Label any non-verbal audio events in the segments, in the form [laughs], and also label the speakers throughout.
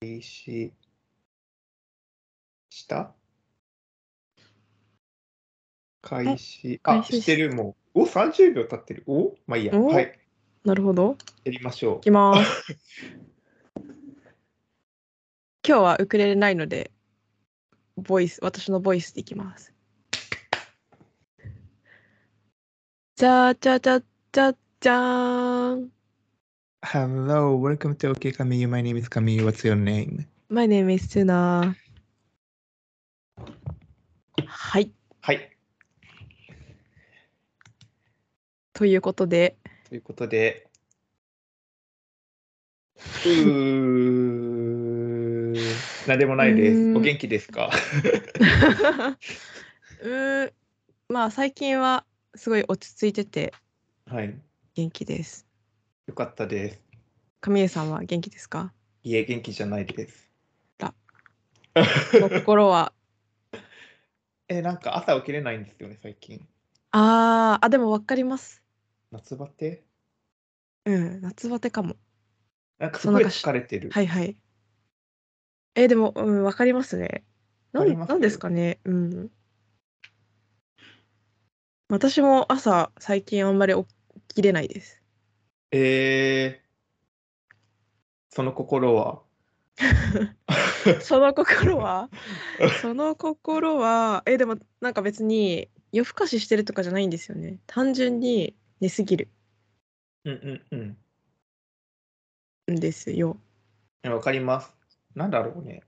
Speaker 1: 停止した開始、あ、
Speaker 2: 開始し
Speaker 1: してるもう。お、30秒経ってる。おまあいいや。
Speaker 2: お
Speaker 1: はい。
Speaker 2: なるほど。
Speaker 1: やりましょ
Speaker 2: いきます。今日はウクレレないので、ボイス、私のボイスでいきます。じゃじゃじゃじゃじゃーん。
Speaker 1: う。Hello, welcome to OK Kamiyu. My name is Kamiyu. What's your name?
Speaker 2: My name is Suna. はい。
Speaker 1: はい。
Speaker 2: ということで、 [laughs]
Speaker 1: ということで。うー。なんでもないで
Speaker 2: う
Speaker 1: す。
Speaker 2: ーん
Speaker 1: お元気ですか
Speaker 2: うーん、まあ最近はすごい落ち着いてて
Speaker 1: はい。
Speaker 2: 元気です。
Speaker 1: よかったです。
Speaker 2: 神江さんは元気ですか
Speaker 1: いえ、元気じゃないです。
Speaker 2: の心は。
Speaker 1: え、なんか朝起きれないんですよね、最近。
Speaker 2: あーあ、でも分かります。
Speaker 1: 夏バテ
Speaker 2: うん、夏バテかも。
Speaker 1: なんかす
Speaker 2: そう
Speaker 1: ごい
Speaker 2: なんかし
Speaker 1: 疲れてる。
Speaker 2: はいはい。えーでも、うん、分かりますね。な
Speaker 1: わかり
Speaker 2: ん
Speaker 1: ます
Speaker 2: なんですかね。うん。私も朝、最近あんまり起きれな
Speaker 1: [laughs]
Speaker 2: いです。
Speaker 1: えー、その心は。
Speaker 2: その心はその心はえでもなんか別に夜更かししてるとかじゃないんですよね単純に寝すぎる
Speaker 1: うんうんうん
Speaker 2: んですよ
Speaker 1: え。わかります。なんだろうね。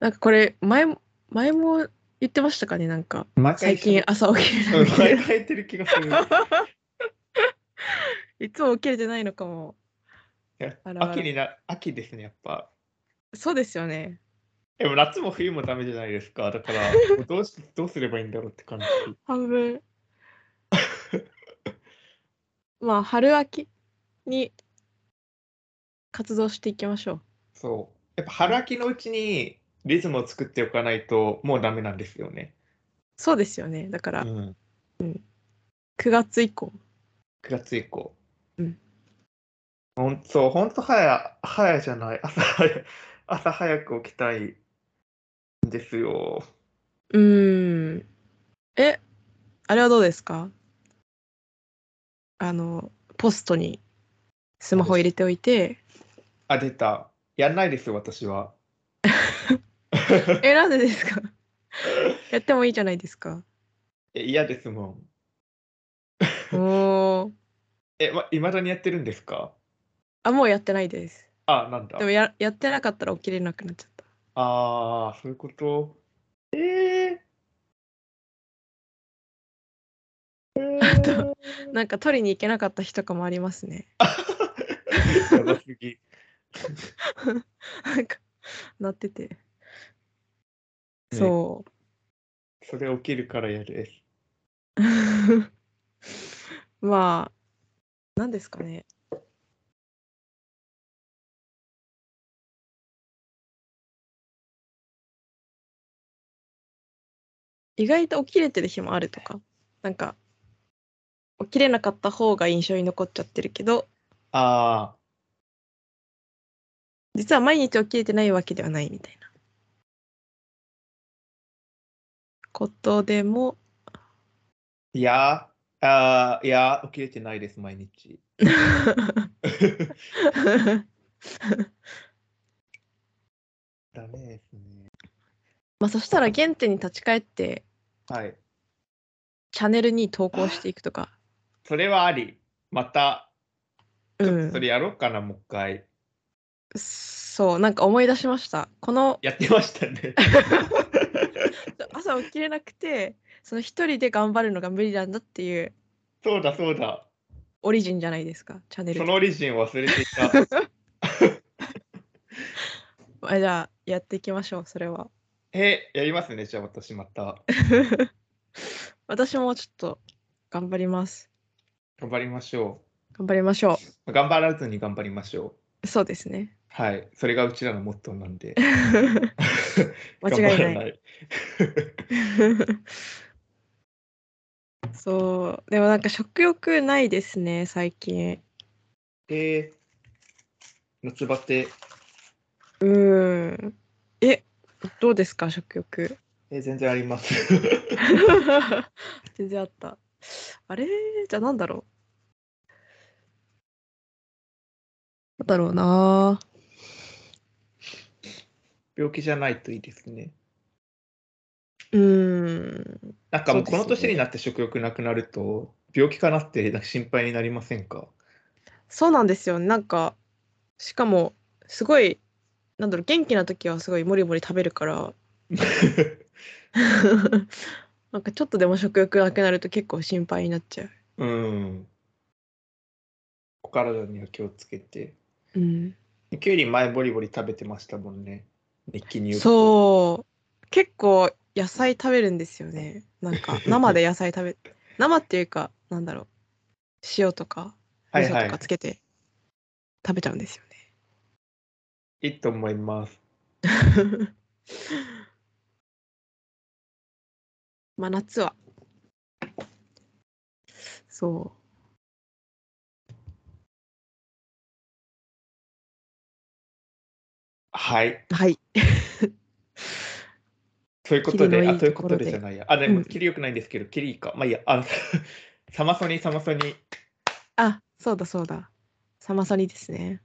Speaker 2: なんかこれ前も前も言ってましたかねなんか
Speaker 1: 毎回
Speaker 2: 最近朝起きれ
Speaker 1: う
Speaker 2: なんいみたい
Speaker 1: 毎
Speaker 2: な
Speaker 1: 回言ってる気が
Speaker 2: [laughs]
Speaker 1: する。い
Speaker 2: いつも起きれてないのかも
Speaker 1: や
Speaker 2: あらあら
Speaker 1: 秋にな秋ですね、やっぱ。
Speaker 2: そうですよね
Speaker 1: でも夏も冬もダメじゃないですか。だから、もうどうしどうすればいいんだろうって感じ。
Speaker 2: 半分まあ春秋に活動していきましょう
Speaker 1: そう。やっぱ春秋のうちにリズムを作っておかないともうダメなんですよね。
Speaker 2: そうですよねだから
Speaker 1: うん、
Speaker 2: 9月以降
Speaker 1: 9月以降。
Speaker 2: うん
Speaker 1: ほんそう、ほんと早、早じゃない。 [laughs] 朝早い、朝早く起きたいんですよ。
Speaker 2: うーん。え、あれはどうですかあの、ポストにスマホ入れておいて、
Speaker 1: あ、出た。やんないですよ、私は。
Speaker 2: え、なんでですか [laughs] やってもいいじゃないですか。
Speaker 1: え嫌ですもん。
Speaker 2: おー。
Speaker 1: え、ま、いまだにやってるんですか
Speaker 2: あ、もうやってないです。
Speaker 1: あ、なんだ
Speaker 2: で。もややってなかったら起きれなくなっちゃった。
Speaker 1: ああ、そういうこと。えー、
Speaker 2: なんか取りに行けなかった日とかもありますね。 [laughs]
Speaker 1: やばすぎ。
Speaker 2: なんか、なってて。 [laughs] そう。
Speaker 1: それ起きるから嫌です。
Speaker 2: [laughs] まあ、何ですかね。意外と起きれてる日もあるとか、なんか、起きれなかった方が印象に残っちゃってるけど、
Speaker 1: ああ、
Speaker 2: 実は毎日起きれてないわけではないみたいな。ことで [laughs] も、
Speaker 1: いやー、あーいやー、起きれてないです、毎日。ダメですね。
Speaker 2: まあそしたら原点に立ち返って、
Speaker 1: はい。
Speaker 2: チャンネルに投稿していくとか。
Speaker 1: それはあり。また、ちょ
Speaker 2: う
Speaker 1: っと
Speaker 2: ん
Speaker 1: そ、れやろうかな、もう一回。
Speaker 2: そうなんか思い出しましたこの
Speaker 1: やってましたね。 [laughs]
Speaker 2: 朝起きれなくてその一人で頑張るのが無理なんだっていう
Speaker 1: そうだ、そうだ。
Speaker 2: オリジンじゃないですかチャンネル
Speaker 1: そのオリジンを忘れていた。 [laughs]
Speaker 2: [laughs] あじゃあやっていきましょうそれは
Speaker 1: え、やりますね、じゃあ私また。
Speaker 2: 私もちょっと頑張ります
Speaker 1: 頑張りましょ
Speaker 2: 頑張りましょ
Speaker 1: う。頑張らずに頑張りましょう。
Speaker 2: うそうですね
Speaker 1: はい。それがうちらのモットーなんで。
Speaker 2: [laughs] 間違
Speaker 1: [laughs] 頑
Speaker 2: いな
Speaker 1: 張ら
Speaker 2: い
Speaker 1: い。
Speaker 2: [laughs] そうでもなんか食欲ないですね最近
Speaker 1: えー、夏バテ。
Speaker 2: うん。え、どうですか、食欲。 [laughs]
Speaker 1: え、全然あります。 [laughs]
Speaker 2: 全然あった。あれじゃあなんだろう。なんだろうな
Speaker 1: 病気じゃないといいですね。
Speaker 2: うーん。
Speaker 1: なんかもう
Speaker 2: そうです
Speaker 1: この年
Speaker 2: ね
Speaker 1: になって食欲なくなると、病気かなってなんか心配になりません
Speaker 2: [laughs]
Speaker 1: か
Speaker 2: そうなんですよ。なんか、しかも、すごい、なんだろう、元気な時はすごいもりもり食べるから、 [laughs] なんかちょっとでも食欲なくなると結構心配になっちゃ
Speaker 1: う
Speaker 2: う。
Speaker 1: ん。お体には気をつけて。
Speaker 2: うん。
Speaker 1: きゅうり前ボリボリ食べてましたもんね。日記に言うと。
Speaker 2: そう。結構野菜食べるんですよね。なん
Speaker 1: [laughs]
Speaker 2: か生で野菜食べ、生っていうか、なんだろう。塩とか、
Speaker 1: は
Speaker 2: 味
Speaker 1: いは
Speaker 2: 噌
Speaker 1: い
Speaker 2: とかつけて食べちゃうんですよね。
Speaker 1: いいと思います。
Speaker 2: まあ夏は。そう。
Speaker 1: はい。
Speaker 2: はい。
Speaker 1: ということで、
Speaker 2: キリのい
Speaker 1: あ、
Speaker 2: い
Speaker 1: という
Speaker 2: と
Speaker 1: こ
Speaker 2: ことろで
Speaker 1: でじゃないや。あ、でも、
Speaker 2: うん
Speaker 1: キリ良くないんですけど、キリいいか。まあいいや。あの、 [laughs] サマソニ、サマソニ。
Speaker 2: あ、そうだそうだ。サマソニですね。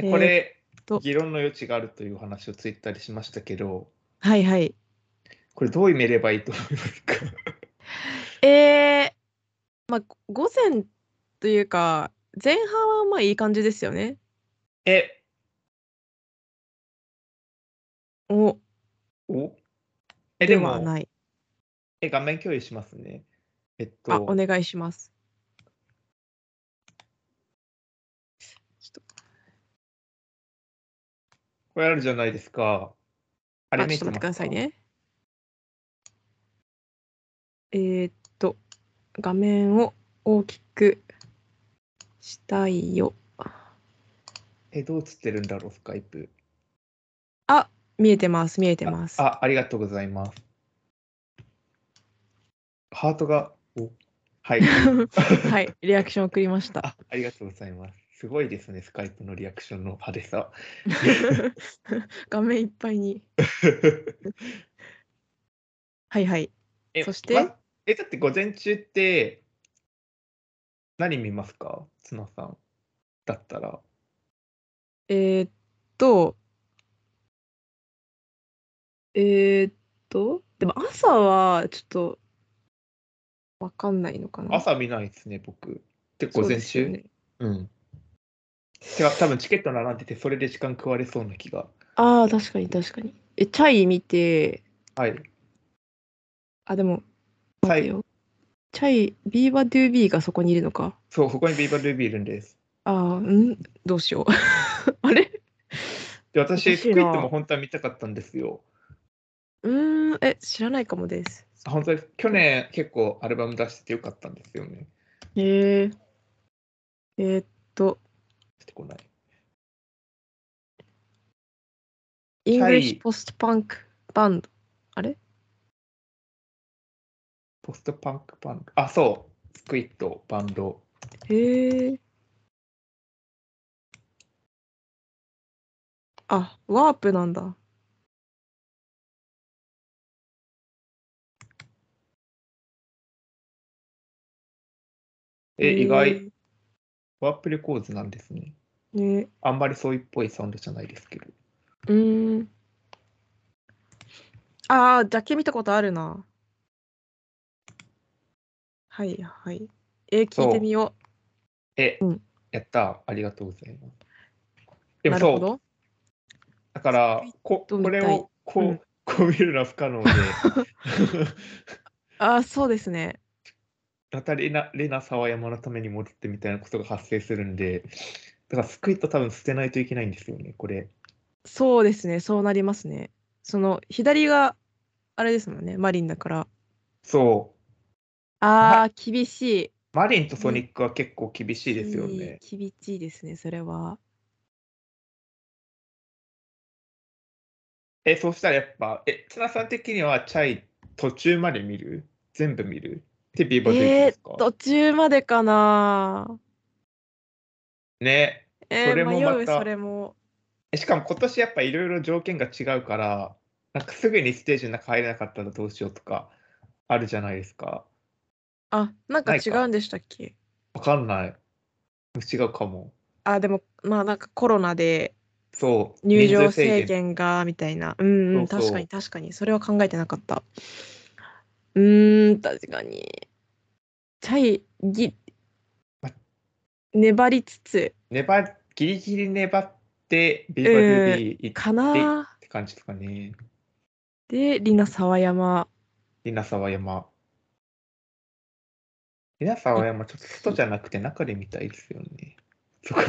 Speaker 1: これ、
Speaker 2: と
Speaker 1: 議論の余地があるという話をツイッターでしましたけど、
Speaker 2: はいはい。
Speaker 1: これどう埋めればいいと思いますか [laughs]
Speaker 2: えー、まあ午前というか前半はまあいい感じですよね。
Speaker 1: え、
Speaker 2: お
Speaker 1: おえ、
Speaker 2: で
Speaker 1: で
Speaker 2: は
Speaker 1: も、
Speaker 2: ない。
Speaker 1: え、画面共有しますね。えっ
Speaker 2: あ
Speaker 1: と
Speaker 2: お、願いします。ちょっ
Speaker 1: これあるじゃないですか。あ
Speaker 2: と
Speaker 1: れ
Speaker 2: あちょ
Speaker 1: 見
Speaker 2: っと
Speaker 1: てます
Speaker 2: 待って
Speaker 1: か
Speaker 2: くださいね。えー、っと画面を大きくしたいよ。
Speaker 1: え、どう映ってるんだろう、スカイプ。
Speaker 2: あ見えてます見えてます。
Speaker 1: あ、ありがとうございます。ハートが、お
Speaker 2: [laughs]
Speaker 1: はい。
Speaker 2: はいリアクション送りまし
Speaker 1: [laughs]
Speaker 2: た。[laughs]
Speaker 1: あ、ありがとうございます。すごいですね、スカイプのリアクションの派手
Speaker 2: [laughs]
Speaker 1: さ。
Speaker 2: 画面いっぱいに。はいはい。
Speaker 1: え
Speaker 2: そして
Speaker 1: まえ、だって午前中って、何見ますか綱さん。だったら。
Speaker 2: えー、っと。えー、っと、でも朝はちょっと。わかんないのかな。
Speaker 1: 朝見ないですね、僕。で、
Speaker 2: そ
Speaker 1: 午
Speaker 2: う
Speaker 1: 前
Speaker 2: ですよ
Speaker 1: 中。
Speaker 2: ね。
Speaker 1: うん。違う、多分チケット並んでて、それで時間食われそうな気が。
Speaker 2: ああ、確かに確かに。え、チャイ見て。
Speaker 1: はい。
Speaker 2: あ、でも。
Speaker 1: チャイ
Speaker 2: 待てよ。チャイ、ビーバドゥービーがそこにいるのか。
Speaker 1: そう、ここにビーバールービーいるんです。
Speaker 2: ああ、うん、どうしよう。 [laughs] あれ。
Speaker 1: で、私、
Speaker 2: 欲し
Speaker 1: 福
Speaker 2: い
Speaker 1: 井
Speaker 2: な
Speaker 1: 行っても本当は見たかったんですよ。
Speaker 2: うーん、え、知らないかもです。
Speaker 1: あ本当です。去年、結構アルバム出しててよかったんですよね。
Speaker 2: えー、えーっと、
Speaker 1: してこない。
Speaker 2: イングリッシ
Speaker 1: はい
Speaker 2: ュポストパンクバンド。あれ
Speaker 1: ポストパンクパンク。あ、そう。スクイット、バンド。
Speaker 2: へえ。あ、ワープなんだ。
Speaker 1: え、
Speaker 2: へ
Speaker 1: 意外。。ワープレコーズなんですね。
Speaker 2: ね。
Speaker 1: あんまりそういうっぽいサウンドじゃないですけど。
Speaker 2: うーん。ああ、ジャケ見たことあるな。はいはい。えー
Speaker 1: そう
Speaker 2: 聞いてみよ
Speaker 1: え、
Speaker 2: うん
Speaker 1: やった。ありがとうございます。
Speaker 2: う。
Speaker 1: でも
Speaker 2: なるほ
Speaker 1: そう、
Speaker 2: ど。
Speaker 1: だから
Speaker 2: スクイッ、
Speaker 1: こ
Speaker 2: トみ
Speaker 1: こ
Speaker 2: たい
Speaker 1: れをこう、
Speaker 2: うん
Speaker 1: こう見るのは不可能で、
Speaker 2: ああ、そうですね。
Speaker 1: またレナ、レナ沢山のために戻ってみたいなことが発生するんで、だからスクイット多分捨てないといけないんですよね、これ。
Speaker 2: そうですね。そうなりますね。その左があれですもんね。マリンだから。
Speaker 1: そう。
Speaker 2: ああ、厳しい。
Speaker 1: マリンとソニックは結構厳しいですよね。
Speaker 2: きびちいですね、それは。
Speaker 1: え、そうしたらやっぱ、え、綱さん的にはチャイ途中まで見る全部見るってビーバーでいい
Speaker 2: え
Speaker 1: です
Speaker 2: ー、
Speaker 1: か、
Speaker 2: 途中までかな。
Speaker 1: ね。
Speaker 2: えー
Speaker 1: それもまた
Speaker 2: 迷う、それも。
Speaker 1: えしかも今年やっぱいろいろ条件が違うから、なんかすぐにステージの中入れなかったらどうしようとかあるじゃないですか。
Speaker 2: あ、なんか
Speaker 1: ない
Speaker 2: 違
Speaker 1: か
Speaker 2: うんでしたっけ
Speaker 1: わかんない。違うかも。
Speaker 2: あ、でも、まあなんかコロナで
Speaker 1: そう。
Speaker 2: 入場制
Speaker 1: 人数
Speaker 2: 限がみたいな。うん、うん、
Speaker 1: そうそう
Speaker 2: 確かに確かに。それは考えてなかった。うーん、確かに。チャイ、ぎ、粘りつつ、
Speaker 1: 粘っギリギリ粘って、ビバリービー行
Speaker 2: か
Speaker 1: ってっ
Speaker 2: な
Speaker 1: て感じとかね。
Speaker 2: で、リナ沢
Speaker 1: [laughs]
Speaker 2: 山。
Speaker 1: 稲沢山。稲沢山、ちょっと外じゃなくて中で見たいですよね。そこ、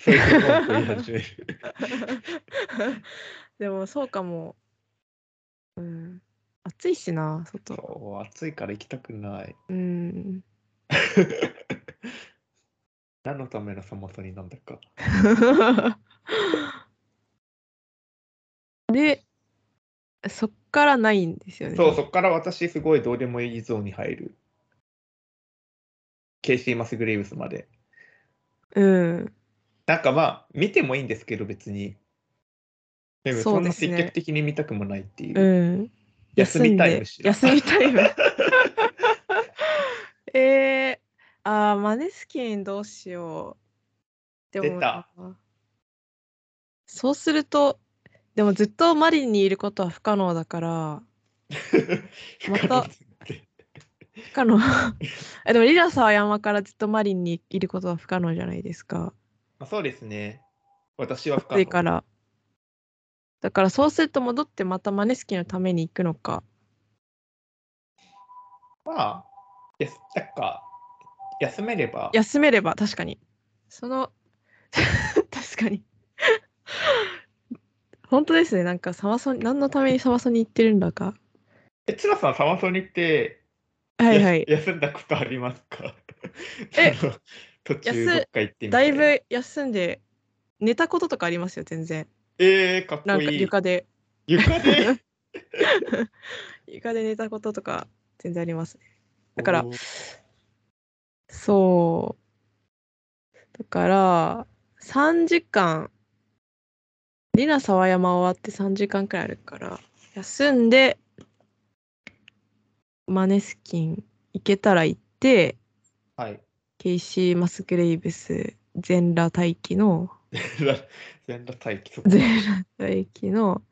Speaker 1: そういうことを言い始め
Speaker 2: [laughs]
Speaker 1: る。
Speaker 2: でも、そうかも。うん。暑いしな、外。
Speaker 1: そう、暑いから行きたくない。
Speaker 2: うん。
Speaker 1: 何のためのサマソニなんだか。
Speaker 2: で、そっからないんですよね。
Speaker 1: そう、そこから私、すごいどうでもいいゾーンに入る。ケイシー・マスグレイブスまで。
Speaker 2: うん。
Speaker 1: なんかまあ、見てもいいんですけど、別に。でも、
Speaker 2: そ
Speaker 1: そ
Speaker 2: うんで
Speaker 1: な
Speaker 2: すね
Speaker 1: 積極的に見たくもないっていう。
Speaker 2: うん。
Speaker 1: 休みタイムしろ
Speaker 2: 休み
Speaker 1: [laughs]
Speaker 2: タイム。えー、あー、マネスキンどうしよう。でも
Speaker 1: 出た
Speaker 2: そうすると、でもずっとマリにいることは不可能だから、
Speaker 1: [laughs]
Speaker 2: また不可能。 [laughs] えでもリラ沢山からずっとマリにいることは不可能じゃないですか。
Speaker 1: まあそうですね。私は不可
Speaker 2: 暑
Speaker 1: 能
Speaker 2: いから。だからそうすると戻ってまたマネスキンのために行くのか。
Speaker 1: まあ、やすなんか、休めれば、
Speaker 2: 休めれば確かにその [laughs] 確かに本当ですねなんかサマソニ何のためにサマソニ行ってるんだか
Speaker 1: え、つらさん、サマソニって、
Speaker 2: はいはい
Speaker 1: やす休んだことありますか [laughs]
Speaker 2: え
Speaker 1: その途中
Speaker 2: 休
Speaker 1: どっか行ってみ
Speaker 2: だ
Speaker 1: た
Speaker 2: い
Speaker 1: いな
Speaker 2: ぶ休んで寝たこととかありますよ全然
Speaker 1: えー、かっ
Speaker 2: な
Speaker 1: こ
Speaker 2: んか
Speaker 1: いい。
Speaker 2: 床で
Speaker 1: 床で
Speaker 2: 床で寝たこととか全然ありますね [laughs] だから
Speaker 1: おー
Speaker 2: そうだから3時間リナ沢山終わって3時間くらいあるから休んでマネスキン行けたら行って
Speaker 1: はい。 [laughs]
Speaker 2: ケイシー・マスグレイブス全裸待機の
Speaker 1: 全裸待機そっか
Speaker 2: 全裸待機の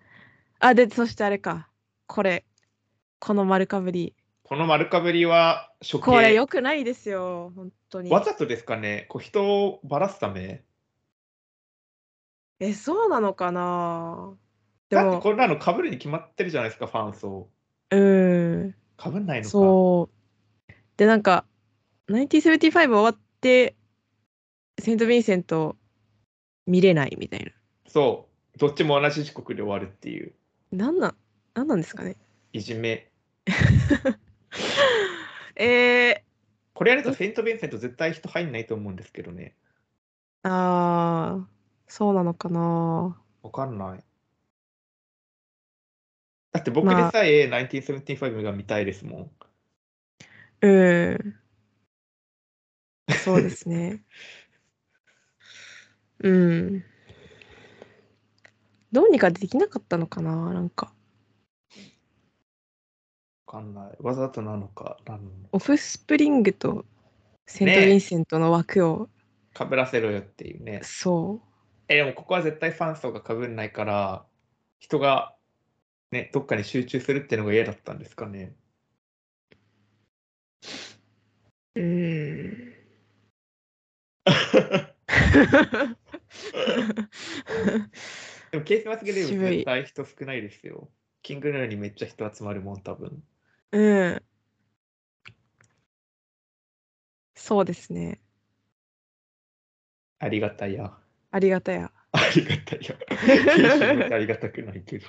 Speaker 2: あでそしてあれかこれこの丸かぶり
Speaker 1: この丸かぶりは、処
Speaker 2: これ
Speaker 1: 刑。
Speaker 2: よくないですよ本当に
Speaker 1: わざとですかねこう人をばらすため
Speaker 2: えそうなのかなで
Speaker 1: だって
Speaker 2: も
Speaker 1: こんなのかぶるに決まってるじゃないですか、ファン層。
Speaker 2: うん
Speaker 1: かぶんないのか。
Speaker 2: そう。で、なんか、1975終わって、セント・ヴィンセント見れないみたい
Speaker 1: そう。どっちも同じ時刻で終わるっていう。
Speaker 2: な。なんなん、なんなんですかね。 [laughs]
Speaker 1: いじめ。
Speaker 2: え
Speaker 1: これやるとセント・ヴィンセント絶対人入んないと思うんですけどね。
Speaker 2: ー、あー、そうなのかな。
Speaker 1: わかんない。だって僕でさえ1975が見たいですもん。
Speaker 2: うん。そうですね。 [laughs] うん。どうにかできなかったのかな、なんか。
Speaker 1: わかんない。わざとなのか、なんの
Speaker 2: オフスプリングとセント・
Speaker 1: ねえ
Speaker 2: ヴィンセントの枠を、
Speaker 1: かぶらせろよっていうね。
Speaker 2: そう。
Speaker 1: え、でもここは絶対ファン層がかぶんないから、人が、ね、どっかに集中するっていうのが嫌だったんですか [laughs] ね。
Speaker 2: うーん
Speaker 1: でもケースマスゲレーム
Speaker 2: 渋い
Speaker 1: 絶対人少ないですよ。キングのようにめっちゃ人集まるもん、多分。
Speaker 2: うん。そうですね。
Speaker 1: ありがたや。
Speaker 2: ありがたや。
Speaker 1: ありがたや。九州もありがたくないけ [laughs] ど。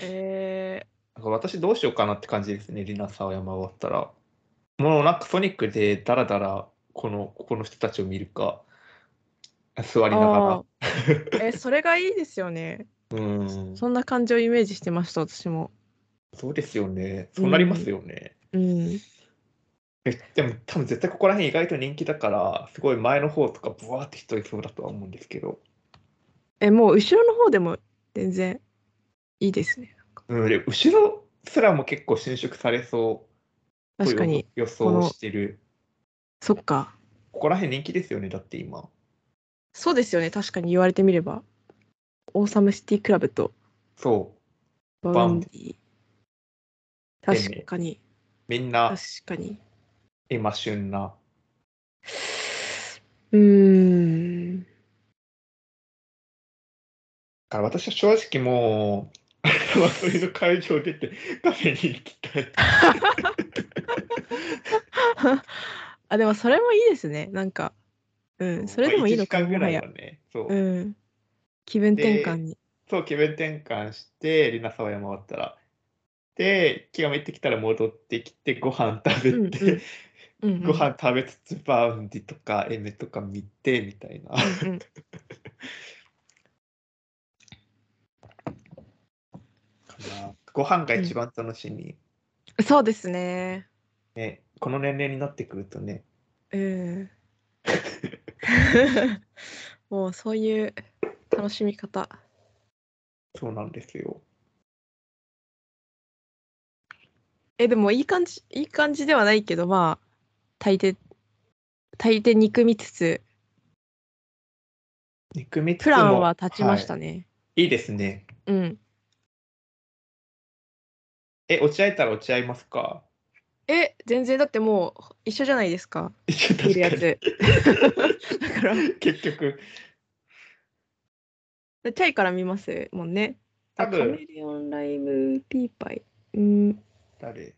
Speaker 2: え
Speaker 1: なんか私どうしようかなって感じですね、リナ・サワヤマ終わったら。もうなんかソニックでダラダラこの、ここの人たちを見るか、座りなが
Speaker 2: えそれがいいですよね。
Speaker 1: ら。うん。
Speaker 2: そんな感じをイメージしてました、私も。
Speaker 1: そうですよね。そうなりますよね。
Speaker 2: うん。
Speaker 1: えでも多分絶対ここら辺意外と人気だから、すごい前の方とかブワーって人いそうだとは思うんですけど、
Speaker 2: え、もう後ろの方でも全然いいですね。
Speaker 1: うん、で後ろすらも結構侵食されそう
Speaker 2: 確かに、
Speaker 1: 予想してる。
Speaker 2: そっか。
Speaker 1: ここら辺人気ですよね、だって今。
Speaker 2: そうですよね、確かに言われてみれば。オーサムシティクラブと
Speaker 1: そう、
Speaker 2: バウンディ。
Speaker 1: バウンディ
Speaker 2: 確かに、
Speaker 1: みんな
Speaker 2: 確かに。
Speaker 1: 今旬な。
Speaker 2: うーん。 [laughs]
Speaker 1: だから私は正直もう、 [laughs] まあそういうの会場出てカフェに行きたい。
Speaker 2: あ、でもそれもいいですね。なんか、 [laughs] うん、それでもいいのか
Speaker 1: まあ一時間ぐらい
Speaker 2: もは
Speaker 1: は
Speaker 2: や
Speaker 1: ね。そう。
Speaker 2: うん。気分転換に。
Speaker 1: そう、気分転換して、リナ沢山終わったら。で、気が向いてきたら戻ってきて、ご飯
Speaker 2: うん
Speaker 1: 食べ [laughs] て、
Speaker 2: うんうんうん
Speaker 1: ご飯食べつつ、バウンディとかエメとか見て、みたいな。
Speaker 2: うんうん
Speaker 1: ご飯が一番楽しみ。
Speaker 2: そうですね。
Speaker 1: ね、この年齢になってくるとね、
Speaker 2: うん。 [laughs] もうそういう楽しみ方。
Speaker 1: そうなんですよ。
Speaker 2: え、でもいい感じ、いい感じではないけど、まあ、大抵、大抵憎みつつ、
Speaker 1: 憎みつつ
Speaker 2: プ
Speaker 1: も
Speaker 2: ランは立ちまし
Speaker 1: は
Speaker 2: たね。
Speaker 1: い。いいですね。
Speaker 2: うん。
Speaker 1: え、落ち合えたら落ち合いますか
Speaker 2: え、全然だってもう一緒じゃないですか、見るや [laughs] つ。だから、
Speaker 1: 結局、
Speaker 2: チャイから見ますもんね。あ
Speaker 1: 多分
Speaker 2: カメレオンライムピーパイ。うん、
Speaker 1: 誰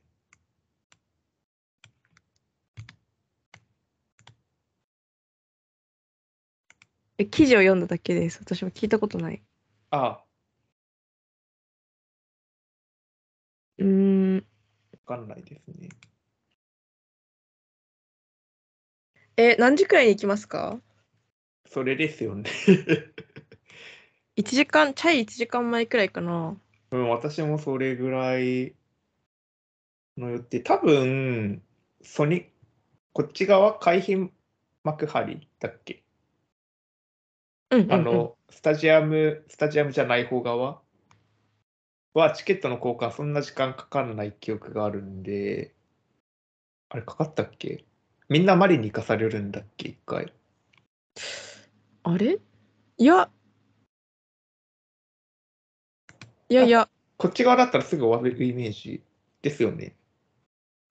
Speaker 2: え記事を読んだだけです。私も聞いたことない。
Speaker 1: あ、
Speaker 2: うん。
Speaker 1: わかんないですね。
Speaker 2: え、何時くらいに行きますか
Speaker 1: それですよね。 [laughs]
Speaker 2: ?1 時間、チャイ1時間前くらいかな。
Speaker 1: うん、私もそれぐらいの予定。多分、ソニ、こっち側、海浜幕張だっけ
Speaker 2: うんうんうん、
Speaker 1: あの、スタジアム、スタジアムじゃない方側は、チケットの交換、そんな時間かかんない記憶があるんで、あれ、かかったっけみんなマリに行かされるんだっけ、一回。
Speaker 2: あれいや。いやいや、
Speaker 1: こっち側だったらすぐ終わるイメージですよね。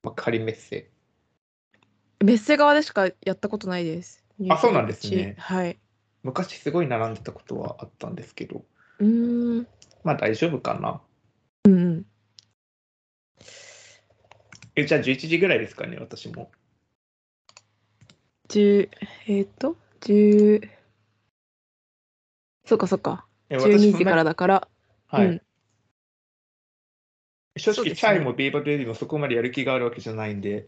Speaker 1: まあ、仮メッセ。
Speaker 2: 別世側でしかやったことないです。
Speaker 1: あそうなんですね
Speaker 2: はい。
Speaker 1: 昔すごい並んでたことはあったんですけど、
Speaker 2: うーん。
Speaker 1: まあ大丈夫かな。
Speaker 2: うんうん。
Speaker 1: え、じゃあ11時ぐらいですかね、私も。
Speaker 2: 十えっ、と、十そうかそうか。
Speaker 1: え
Speaker 2: 十
Speaker 1: 私
Speaker 2: 二
Speaker 1: そん
Speaker 2: 時
Speaker 1: な
Speaker 2: からだから。
Speaker 1: はい。
Speaker 2: うん [laughs]
Speaker 1: 正
Speaker 2: そう
Speaker 1: 直、
Speaker 2: です
Speaker 1: チ
Speaker 2: ね
Speaker 1: ャイもビーバーベリーもそこまでやる気があるわけじゃないん
Speaker 2: [laughs]
Speaker 1: で、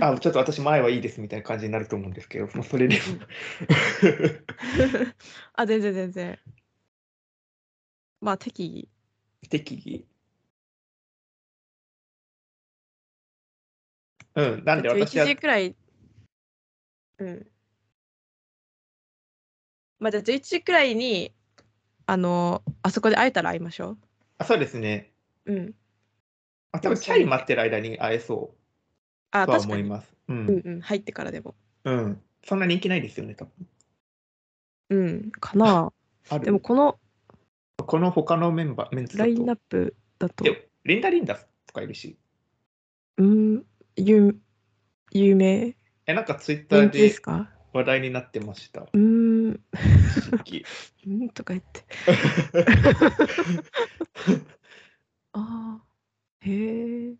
Speaker 1: あちょっと私前はいいですみたいな感じになると思うんですけど、もうそ
Speaker 2: [laughs]
Speaker 1: れでも。
Speaker 2: あ、全然全然。まあ適宜。
Speaker 1: 適宜。うん、なんで
Speaker 2: 11
Speaker 1: 私は
Speaker 2: 時くらい。うん。まあじゃあ11時くらいに、あの、あそこで会えたら会いましょ
Speaker 1: あ、そうですね。
Speaker 2: う。うん。
Speaker 1: あ多分チャイ待ってる間に会えそ
Speaker 2: あ、
Speaker 1: うとは
Speaker 2: 確
Speaker 1: 思
Speaker 2: か
Speaker 1: い
Speaker 2: に。
Speaker 1: ます。う
Speaker 2: うん
Speaker 1: ん、
Speaker 2: うん、入ってからでも。
Speaker 1: うん。そんな人気ないですよね、多分。
Speaker 2: うん、か
Speaker 1: [laughs]
Speaker 2: な。
Speaker 1: ある
Speaker 2: でもこの
Speaker 1: この他のメンバー、メンツだ
Speaker 2: ラ
Speaker 1: と。
Speaker 2: インナップだと。
Speaker 1: でリンダリンダとかいるし。
Speaker 2: うん、有有名
Speaker 1: え、なんかツイッター
Speaker 2: 人気で
Speaker 1: です
Speaker 2: か
Speaker 1: 話題になってました。
Speaker 2: うーん、
Speaker 1: 一時期
Speaker 2: うんとか言って。ああ、へえ。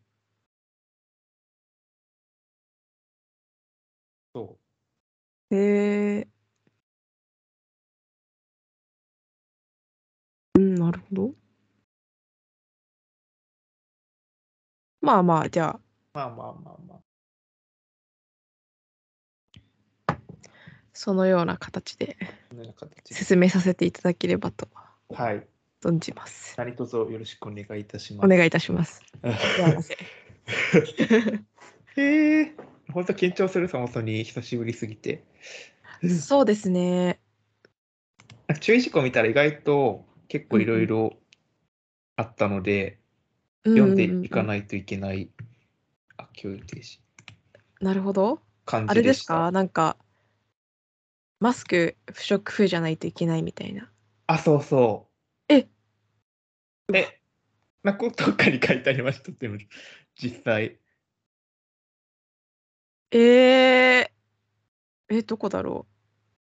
Speaker 1: そう。
Speaker 2: へえ。うん、なるほど。まあまあ、じゃあ、
Speaker 1: まあまあまあまあ。
Speaker 2: そのような形で
Speaker 1: このような形で
Speaker 2: 進めさせていただければと
Speaker 1: はい。
Speaker 2: 存じます。
Speaker 1: 何卒よろしくお願いいたします。
Speaker 2: お願いいたします。
Speaker 1: い。
Speaker 2: 幸せ。
Speaker 1: へえ。本当緊張する、そもそもに久しぶりすぎて。
Speaker 2: そうですね。
Speaker 1: 注意事項見たら意外と結構いろいろあったので、読んでいか
Speaker 2: い。
Speaker 1: ないといけない。あ、共有停止。
Speaker 2: なるほど。
Speaker 1: 感
Speaker 2: あ
Speaker 1: じ
Speaker 2: れ
Speaker 1: で
Speaker 2: で
Speaker 1: し
Speaker 2: す
Speaker 1: た。
Speaker 2: かなんか、マスク不織布じゃないといけないみたいな。
Speaker 1: あ、そうそう。
Speaker 2: え
Speaker 1: え、なことかに書いてありましたって、実際。
Speaker 2: えー、え、どこだろ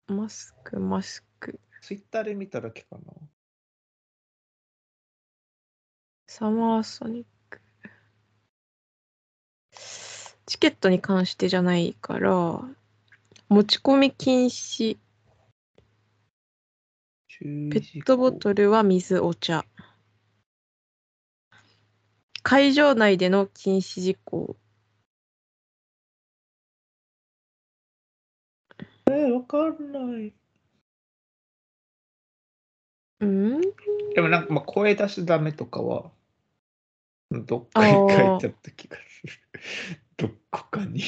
Speaker 2: うマスク、マスク。
Speaker 1: ツイッターで見ただけかな。
Speaker 2: サマーソニック。チケットに関してじゃないから、持ち込み禁止。
Speaker 1: ペ
Speaker 2: ペットボトルは水、お茶。会場内での禁止事項。
Speaker 1: ル。え、わかんない。
Speaker 2: うん
Speaker 1: でもなんか、まあ、声出しダメとかは、どっかに書いてあった気がする。 [laughs] どこかに。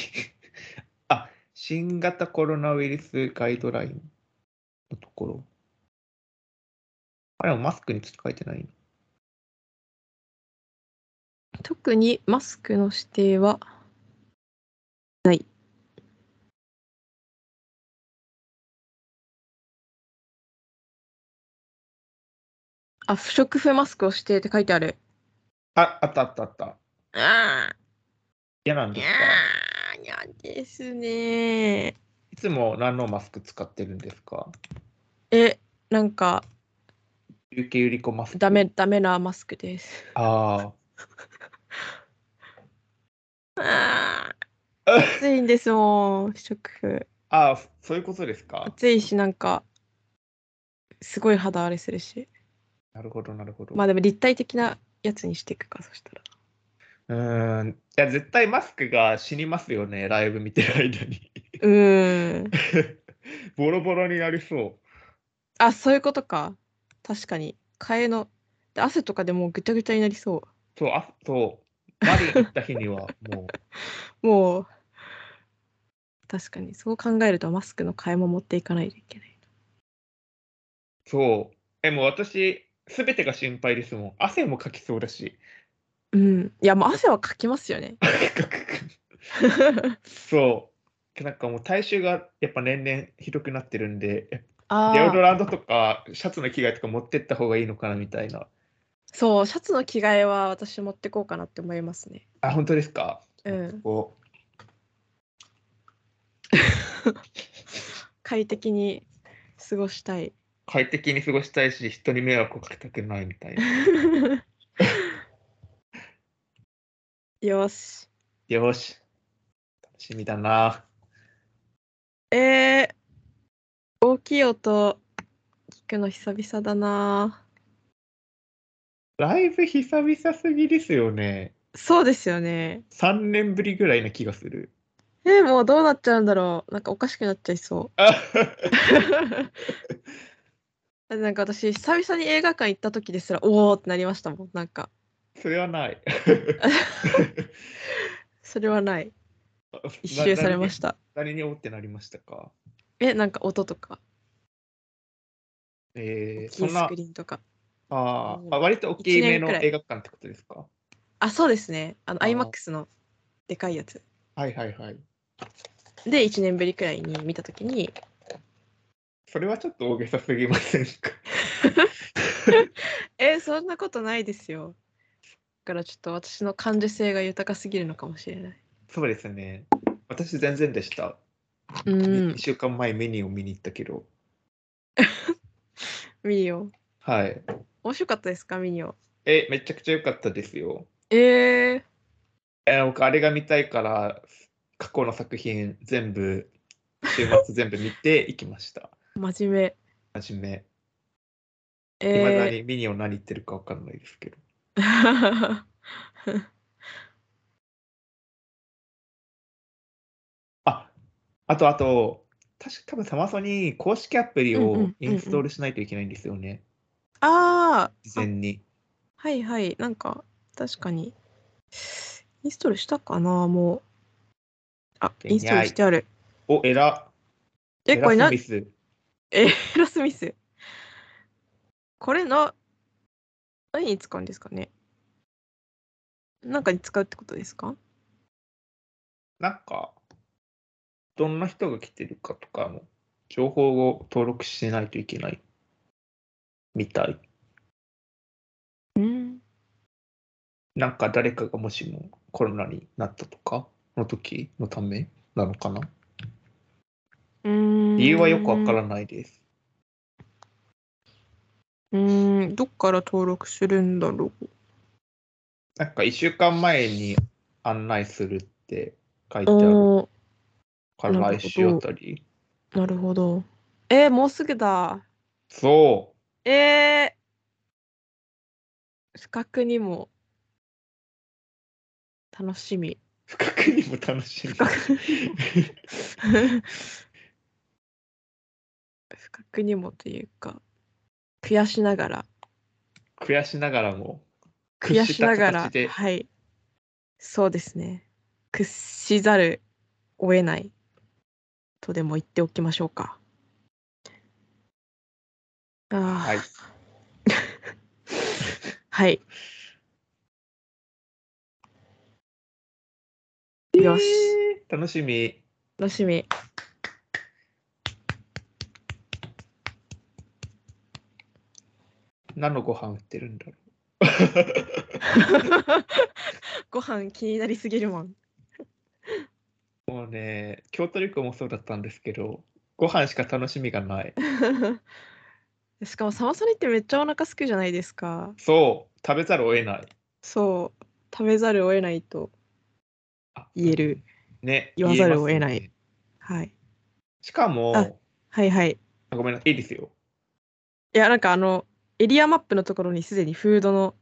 Speaker 1: [laughs] あ、新型コロナウイルスガイドラインのところ。あれもマスクについて書いてないの
Speaker 2: 特にマスクの指定はない。あ、不織布マスクを指定って書いてある。
Speaker 1: あ、あったあったあった。
Speaker 2: ああ、
Speaker 1: 嫌なん
Speaker 2: い
Speaker 1: です
Speaker 2: や
Speaker 1: か
Speaker 2: ー、いやですね
Speaker 1: いつも何のマスク使ってるんですか
Speaker 2: え、なんか、
Speaker 1: 有形ゆりこマスク。
Speaker 2: ダメ、ダメなマスクです。
Speaker 1: あ
Speaker 2: あ
Speaker 1: あ。
Speaker 2: ー暑いんですもん、不織布。
Speaker 1: ああ、そういうことですか
Speaker 2: 暑いし、なんか、すごい肌荒れするし。
Speaker 1: なるほど、なるほど。
Speaker 2: まあでも立体的なやつにしていくか、そしたら。
Speaker 1: うーん。いや、絶対マスクが死にますよね、ライブ見てる間に。
Speaker 2: うーん。
Speaker 1: ボロボロになりそう。
Speaker 2: あ、そういうことか。確かに。替えの。で汗とかでもうぐちゃぐちゃになりそ
Speaker 1: そう、あそう、マリン行った日に
Speaker 2: [laughs]
Speaker 1: は、も
Speaker 2: う。もう。確かに。そう考えるとマスクの替えも持っていかないといけない。
Speaker 1: う、そう。え、もう私、すべてが心配ですもん。汗もかきそうだ
Speaker 2: [laughs]
Speaker 1: し。
Speaker 2: うん。いや、もう汗はかきますよね。
Speaker 1: そう。なんかもう体臭がやっぱ年々ひどくなってるんで、デオド
Speaker 2: ああ。
Speaker 1: ランドとかシャツの着替えとか持ってった方がいいのかなみたいな。
Speaker 2: そう、シャツの着替えは私持ってこうかなって思いますね。
Speaker 1: あ、本当ですか
Speaker 2: うん。
Speaker 1: こう
Speaker 2: 快適に過ごしたい。 [laughs]
Speaker 1: 快適に過ごしたいし、人に迷惑をかけたくないみたい
Speaker 2: [laughs]
Speaker 1: な。
Speaker 2: よし。
Speaker 1: よし。楽しみだな。
Speaker 2: えー、大きい音聞くの久々だな。
Speaker 1: ライブ久々すぎですよね。
Speaker 2: そうですよね。
Speaker 1: 3年ぶりぐらいな気がする。
Speaker 2: えー、もうどうなっちゃうんだろう。なんかおかしくなっちゃいそう。
Speaker 1: あ
Speaker 2: [laughs] だってなんか私久々に映画館行った時ですらおおってなりましたもんなんか
Speaker 1: [laughs] それはない。。
Speaker 2: それはない一周されましたた
Speaker 1: 誰におってなりましたか
Speaker 2: えなんか音とか
Speaker 1: えー、
Speaker 2: 大き
Speaker 1: そ
Speaker 2: い
Speaker 1: ん
Speaker 2: ス
Speaker 1: な
Speaker 2: クリーンとか
Speaker 1: あーあ、割と大きめの
Speaker 2: 一年くらい
Speaker 1: 映画館ってことですか
Speaker 2: あそうですねあの
Speaker 1: あー
Speaker 2: iMAX のでかいやつ
Speaker 1: はいはいはい。
Speaker 2: で1年ぶりくらいに見た時に
Speaker 1: それはちょっと大げさすぎませんか [laughs]
Speaker 2: えそんなことないですよだからちょっと私の感受性が豊かすぎるのかもしれない
Speaker 1: そうですね。私全然でした。
Speaker 2: う
Speaker 1: 一
Speaker 2: ん
Speaker 1: 1週間前メニューを見に行ったけど。
Speaker 2: ミニオン
Speaker 1: はい。
Speaker 2: 面白かったですかミニオン
Speaker 1: え、めちゃくちゃ良かったですよ。
Speaker 2: えー、
Speaker 1: えー僕、あれが見たいから、過去の作品全部、週末全部見ていきました。
Speaker 2: 真面目
Speaker 1: 真面目。いまだ
Speaker 2: え
Speaker 1: にミニオン何言ってるか分かんないですけど。
Speaker 2: ー、
Speaker 1: あ、あとあと、確か多分サマソニ公式アプリ
Speaker 2: うんうんうんう
Speaker 1: を
Speaker 2: ん
Speaker 1: インストールしないといけないんですよね。
Speaker 2: [laughs] あー
Speaker 1: 事前に。
Speaker 2: はいはい、なんか確かに。インストールしたかな、もあ、インストールしてある。
Speaker 1: お、エラ。
Speaker 2: え、これな
Speaker 1: エラ、スミス
Speaker 2: え、エラスミス。これな、何に使うんですかねなんかに使うってことですか
Speaker 1: なんか、どんな人が来てるかとかも、情報を登録しないといけないみたい。
Speaker 2: うん。
Speaker 1: なんか誰かがもしもコロナになったとかの時のためなのかな
Speaker 2: 理
Speaker 1: 理由はよくわからないです。
Speaker 2: うーん、どっから登録するんだろう。
Speaker 1: なんか1週間前に案内するって書いてある
Speaker 2: お
Speaker 1: から
Speaker 2: なるほど
Speaker 1: 来週あたり。
Speaker 2: ーなるほど。えー、もうすぐだ。
Speaker 1: そ
Speaker 2: えー、資格にも楽しみ。
Speaker 1: う不覚にも楽し
Speaker 2: [laughs]
Speaker 1: み。
Speaker 2: 資格にもというか、悔しながら、
Speaker 1: 悔しながらも
Speaker 2: 悔しなが
Speaker 1: 屈
Speaker 2: ら
Speaker 1: した、形で
Speaker 2: はい。そうですね。屈しざるを得ないとでも言っておきましょうか。ああ、
Speaker 1: はい、
Speaker 2: はい。よし、
Speaker 1: えー楽しみ。
Speaker 2: 楽しみ。
Speaker 1: 何のご飯売ってるんだろ
Speaker 2: ご飯気になりすぎるもん。
Speaker 1: う。もうね、京都旅行もそうだったんですけど、ご飯しか楽しみがない。
Speaker 2: しかもサマソニってめっちゃお腹すくじゃないですか。
Speaker 1: そう、食べざるを得ない。
Speaker 2: そう、食べざるを得ないと
Speaker 1: あ
Speaker 2: 言える。
Speaker 1: ね、
Speaker 2: 言わざるを
Speaker 1: 言え
Speaker 2: 得
Speaker 1: ます
Speaker 2: な
Speaker 1: ね
Speaker 2: いはい。
Speaker 1: しか
Speaker 2: あ
Speaker 1: も、
Speaker 2: はいはい。
Speaker 1: あごめんなさい、いいですよ。
Speaker 2: いや、なんかあの、エリアマップのところにすでにフードの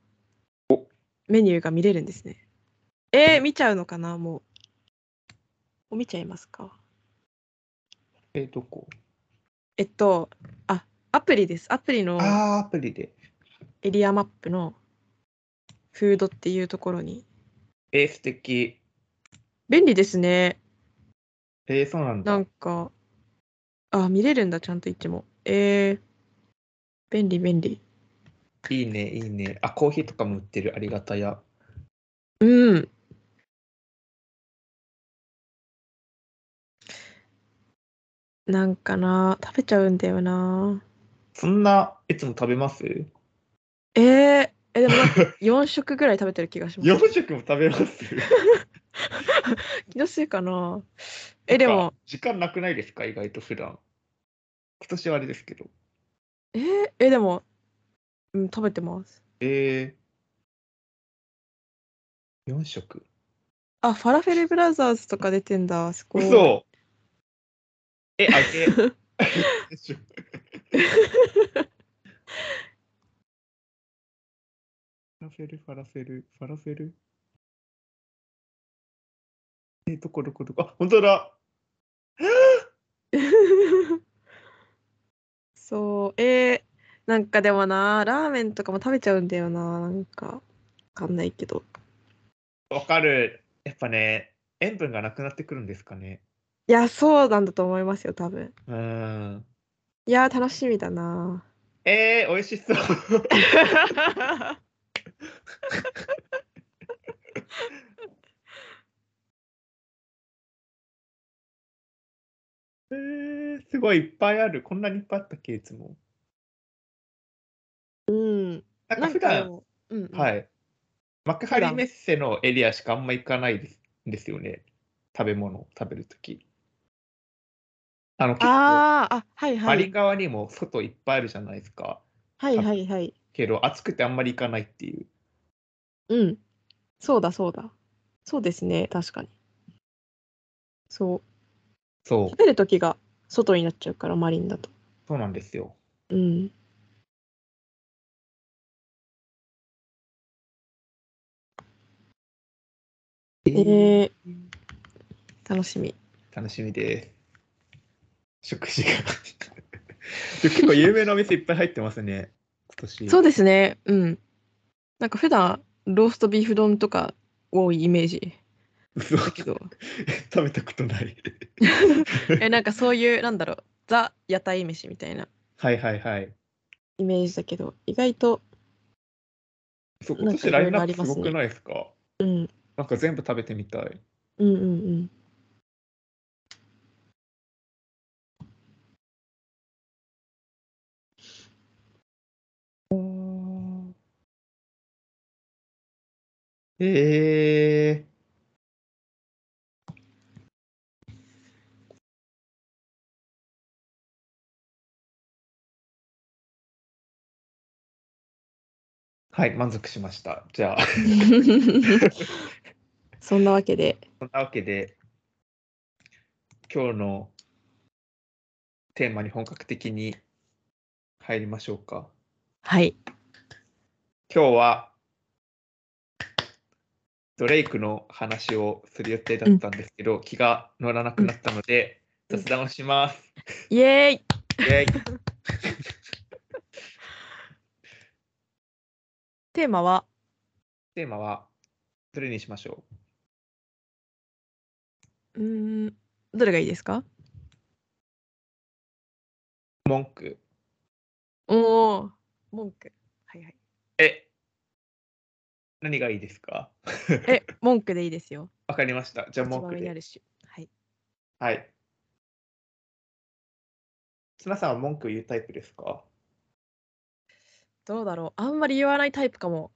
Speaker 2: メニューが見れるんですね。えー、見ちゃうのかなもう。もう見ちゃいますか。
Speaker 1: えー、どこ
Speaker 2: えっと、あ、アプリです。アプリの
Speaker 1: あー、アプリで。
Speaker 2: エリアマップのフードっていうところに。
Speaker 1: えー、素敵。
Speaker 2: 便利ですね。
Speaker 1: えー、そうなんだ。
Speaker 2: なんか、あ、見れるんだ、ちゃんといつも。えー、便利便利。
Speaker 1: いいね、いいね。あ、コーヒーとかも売ってる、ありがたや。
Speaker 2: うん。なんかな、食べちゃうんだよな。
Speaker 1: そんないつも食べます [laughs]
Speaker 2: えー、え、でもなんか4食ぐらい食べてる気がします。
Speaker 1: ?4 食も食べます
Speaker 2: 気のせいかな。え、で
Speaker 1: なん
Speaker 2: も
Speaker 1: か、時間なくないですか意外と普段。今年はあれですけど。
Speaker 2: えーえ、でも、うん、食べてます。
Speaker 1: えー、4食
Speaker 2: あ、ファラフェルブラザーズとか出てんだ、すごい。
Speaker 1: 嘘え、あげ。ファラフェル、ファラフェル、ファラフェル。え、どこどこどこ。あ、本当だ。
Speaker 2: [laughs] そう、えーなんかでもな、ラーメンとかも食べちゃうんだよな、なんか、わかんないけど。
Speaker 1: わかる。やっぱね、塩分がなくなってくるんですかね。
Speaker 2: いや、そうなんだと思いますよ、多分。
Speaker 1: うーん。
Speaker 2: いやー、楽しみだ
Speaker 1: [laughs]
Speaker 2: な。
Speaker 1: えー、美味しそう。 [laughs] えー、すごいいっぱいある。こんなにいっぱいあったっけ、いつも。
Speaker 2: うん。
Speaker 1: なん
Speaker 2: な
Speaker 1: か
Speaker 2: ん
Speaker 1: 普
Speaker 2: かで
Speaker 1: 段、
Speaker 2: も、うんうん、
Speaker 1: はい。幕張メッセのエリアしかあんま行かないですですよね。食べ物を食べるとき。あの、結構、
Speaker 2: あーあ、はいは
Speaker 1: マリ
Speaker 2: い。
Speaker 1: 側にも外いっぱいあるじゃないですか。
Speaker 2: はいはいはい。
Speaker 1: けど、暑くてあんまり行かないっていう。
Speaker 2: うん。そうだそうだ。そうですね、確かに。そう。
Speaker 1: そう
Speaker 2: 食、べるときが外になっちゃうから、マリンだと。
Speaker 1: そうなんですよ。
Speaker 2: うん。
Speaker 1: え
Speaker 2: えー、楽しみ。
Speaker 1: 楽しみです。食事が。 [laughs] 結構有名なお店いっぱい入ってますね、今年。
Speaker 2: そうですね、うん。なんか普段ローストビーフ丼とか多いイメージ。
Speaker 1: 嘘
Speaker 2: だけど
Speaker 1: 食べたことない。
Speaker 2: [laughs] えなんかそういうなんだろうザ屋台飯みたいな
Speaker 1: はいはいはい。
Speaker 2: イメージだけど意外と
Speaker 1: そう、
Speaker 2: なんか
Speaker 1: 今年ラインナ
Speaker 2: いろいろあり
Speaker 1: ッ
Speaker 2: ま
Speaker 1: プ
Speaker 2: す
Speaker 1: す
Speaker 2: ね
Speaker 1: ごくないですか
Speaker 2: うん
Speaker 1: なんか全部食べてみたい。
Speaker 2: うんうんうん [laughs]
Speaker 1: ええはい、満足しました。じゃあ、
Speaker 2: そんなわけで
Speaker 1: そんなわけで、今日のテーマに本格的に入りましょうか。
Speaker 2: はい
Speaker 1: 今日はドレイクの話をする予定だったんですけど、気が乗らなくなったので、
Speaker 2: うん
Speaker 1: 雑談をします。
Speaker 2: イエーイ
Speaker 1: イェイ
Speaker 2: テーマは
Speaker 1: テーマはどれにしましょう
Speaker 2: うーんどれがいいですか
Speaker 1: 文句。
Speaker 2: おお文句は
Speaker 1: [laughs]
Speaker 2: いはい
Speaker 1: え何がいいですか
Speaker 2: え文句でいいですよ
Speaker 1: わかりました。じゃあ
Speaker 2: 一
Speaker 1: 文
Speaker 2: 番
Speaker 1: 句
Speaker 2: 上にあ
Speaker 1: で。
Speaker 2: るしはい
Speaker 1: はい。綱さんは文句言うタイプですか
Speaker 2: どうだろうあんまり言わないタイプかも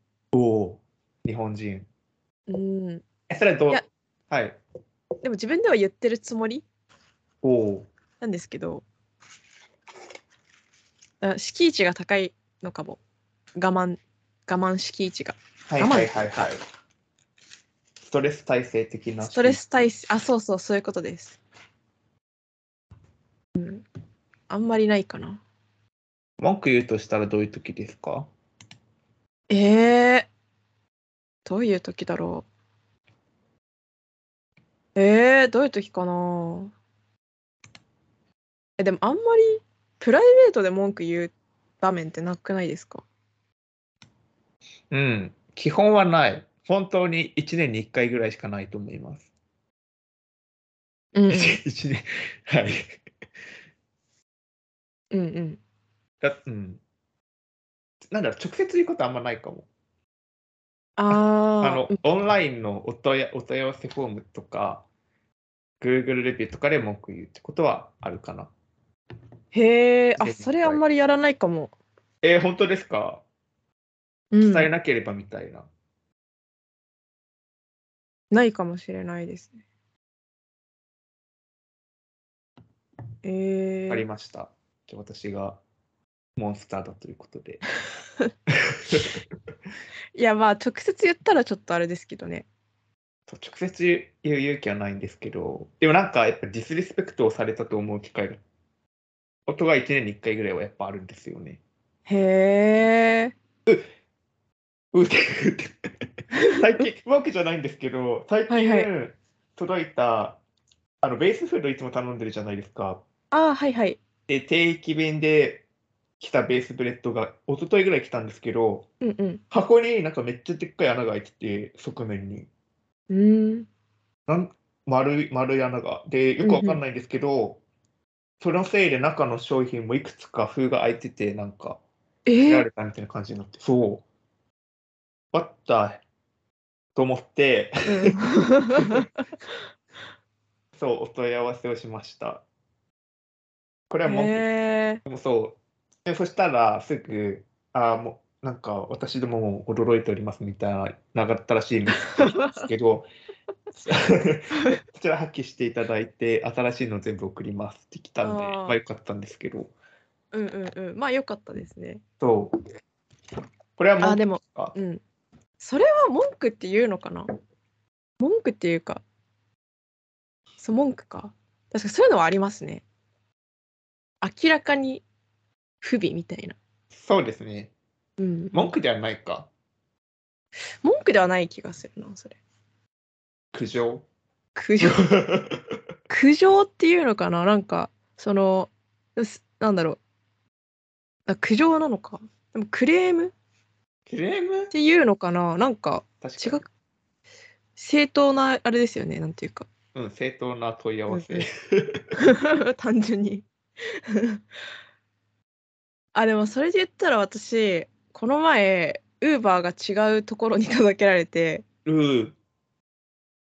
Speaker 1: 日本人。
Speaker 2: うん
Speaker 1: え、それはどう
Speaker 2: いや
Speaker 1: はい。
Speaker 2: でも自分では言ってるつもり
Speaker 1: おお
Speaker 2: なんですけどあ敷地が高いのかも我慢我慢敷地が
Speaker 1: ー。はいはいはいはい。ストレス耐性的な。
Speaker 2: ストレス耐性あそうそうそういうことです、うん、あんまりないかな
Speaker 1: 文句言うとしたらどういう時ですか
Speaker 2: えー、どういう時だろうえー、どういう時かなえでもあんまりプライベートで文句言う場面ってなくないですか
Speaker 1: うん。基本はない。本当に1年に1回ぐらいしかないと思います。
Speaker 2: うんう
Speaker 1: [laughs]
Speaker 2: ん
Speaker 1: 1年。はい。
Speaker 2: うんうん
Speaker 1: だうん。なんだろう、直接言うことあんまないかも。
Speaker 2: あ
Speaker 1: あ
Speaker 2: ー
Speaker 1: の、オンラインのお問いお問い合わせフォームとか、Google レビューとかで文句言うってことはあるかな。
Speaker 2: へえ、あ、
Speaker 1: 全然
Speaker 2: それあんまりやらないかも。
Speaker 1: えー本当ですか
Speaker 2: うん、
Speaker 1: 伝えなければみたいな。
Speaker 2: ないかもしれないですね。
Speaker 1: わ
Speaker 2: えー、
Speaker 1: かりました。じゃあ私がモンスターだということで。
Speaker 2: いや、まあ、直接言ったらちょっとあれですけどね。
Speaker 1: そう直接言う勇気はないんですけど、でもなんかやっぱディスリスペクトをされたと思う機会が、音が1年に1回ぐらいはやっぱあるんですよね。
Speaker 2: へえ、
Speaker 1: うってう
Speaker 2: [laughs]
Speaker 1: って最近、わけじゃないんですけど、最近、
Speaker 2: はい
Speaker 1: 届いた、あの、ベースフードいつも頼んでるじゃないですか。
Speaker 2: あー、はいはい。
Speaker 1: で、定期便で来たベースブレッドが、一昨日ぐらい来たんですけど、
Speaker 2: うんうん。
Speaker 1: 箱になんかめっちゃでっかい穴が開いてて、側面に。
Speaker 2: うーん。
Speaker 1: 丸い丸い穴が。で、よくわかんないんですけど、そのせいで中の商品もいくつか封が開いてて、なんか、
Speaker 2: え
Speaker 1: 切ら
Speaker 2: ー、
Speaker 1: れたみたいな感じになって、そう。わったと思って、 [laughs]
Speaker 2: うん、
Speaker 1: そう、お問い合わせをしました。これは [laughs] 文句
Speaker 2: へえ、
Speaker 1: でそしたら、すぐ、ああ、もう、なんか、私どもも驚いておりますみたいな、なかったらしいんですけ
Speaker 2: [laughs]
Speaker 1: ど、こちら破棄していただいて、新しいの全部送りますって来たんで、
Speaker 2: あー
Speaker 1: まあよかったんですけど、
Speaker 2: うんうんうん。まあ、よかったですね。
Speaker 1: そう。これは
Speaker 2: あー、
Speaker 1: 文句
Speaker 2: で
Speaker 1: で
Speaker 2: も、
Speaker 1: すか
Speaker 2: うん。それは文句っていうのかな文句っていうか。そう、文句か。確かにそういうのはありますね。明らかに不備みたいな。
Speaker 1: そうですね。
Speaker 2: うん。
Speaker 1: 文句ではないか。
Speaker 2: 文句ではない気がするな、それ。
Speaker 1: 苦情。。
Speaker 2: 苦情
Speaker 1: [laughs]
Speaker 2: 苦情っていうのかななんか、その、すなんだろう。あ苦情なのか。でもクレームっ
Speaker 1: クレーム
Speaker 2: ていうのかななんか
Speaker 1: 確
Speaker 2: 違
Speaker 1: かに
Speaker 2: く。正当なあれですよねなんていうか [laughs]
Speaker 1: うん、正当な問い合わせ。
Speaker 2: うんうん単純に [laughs] あでもそれで言ったら私この前ウーバーが違うところに届けられて
Speaker 1: [laughs] うん。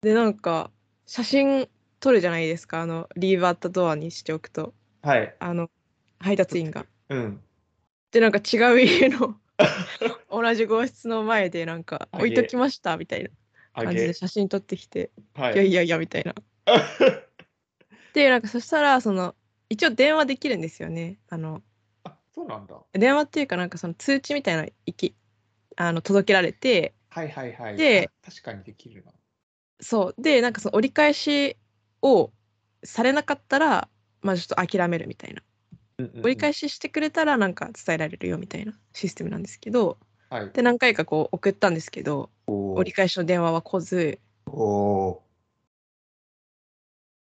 Speaker 2: でなんか写真撮るじゃないですかあのリーバーったドアにしておくと
Speaker 1: はい。
Speaker 2: あの配達員が。
Speaker 1: うん。
Speaker 2: でなんか違う
Speaker 1: [laughs]
Speaker 2: 家の同じ号室の前でなんか
Speaker 1: あ
Speaker 2: 置いときましたみたいな
Speaker 1: あ
Speaker 2: 感じ
Speaker 1: げ
Speaker 2: で。写真撮ってきて、、
Speaker 1: はい
Speaker 2: や
Speaker 1: い。
Speaker 2: いやいやみたいな。でなんかそしたらその一応電話できるんですよねあの
Speaker 1: あ、そうなんだ。
Speaker 2: 電話っていうかなんかその通知みたいなのいきあの届けられて
Speaker 1: はいはいはい。
Speaker 2: で
Speaker 1: あ、確かにできるな。
Speaker 2: そうでなんかその折り返しをされなかったらまあちょっと諦めるみたいな折り返
Speaker 1: し。
Speaker 2: ししてくれたらなんか伝えられるよみたいなシステムなんですけど
Speaker 1: はい。
Speaker 2: で何回かこう送ったんですけど折り返しの電話は来ず
Speaker 1: お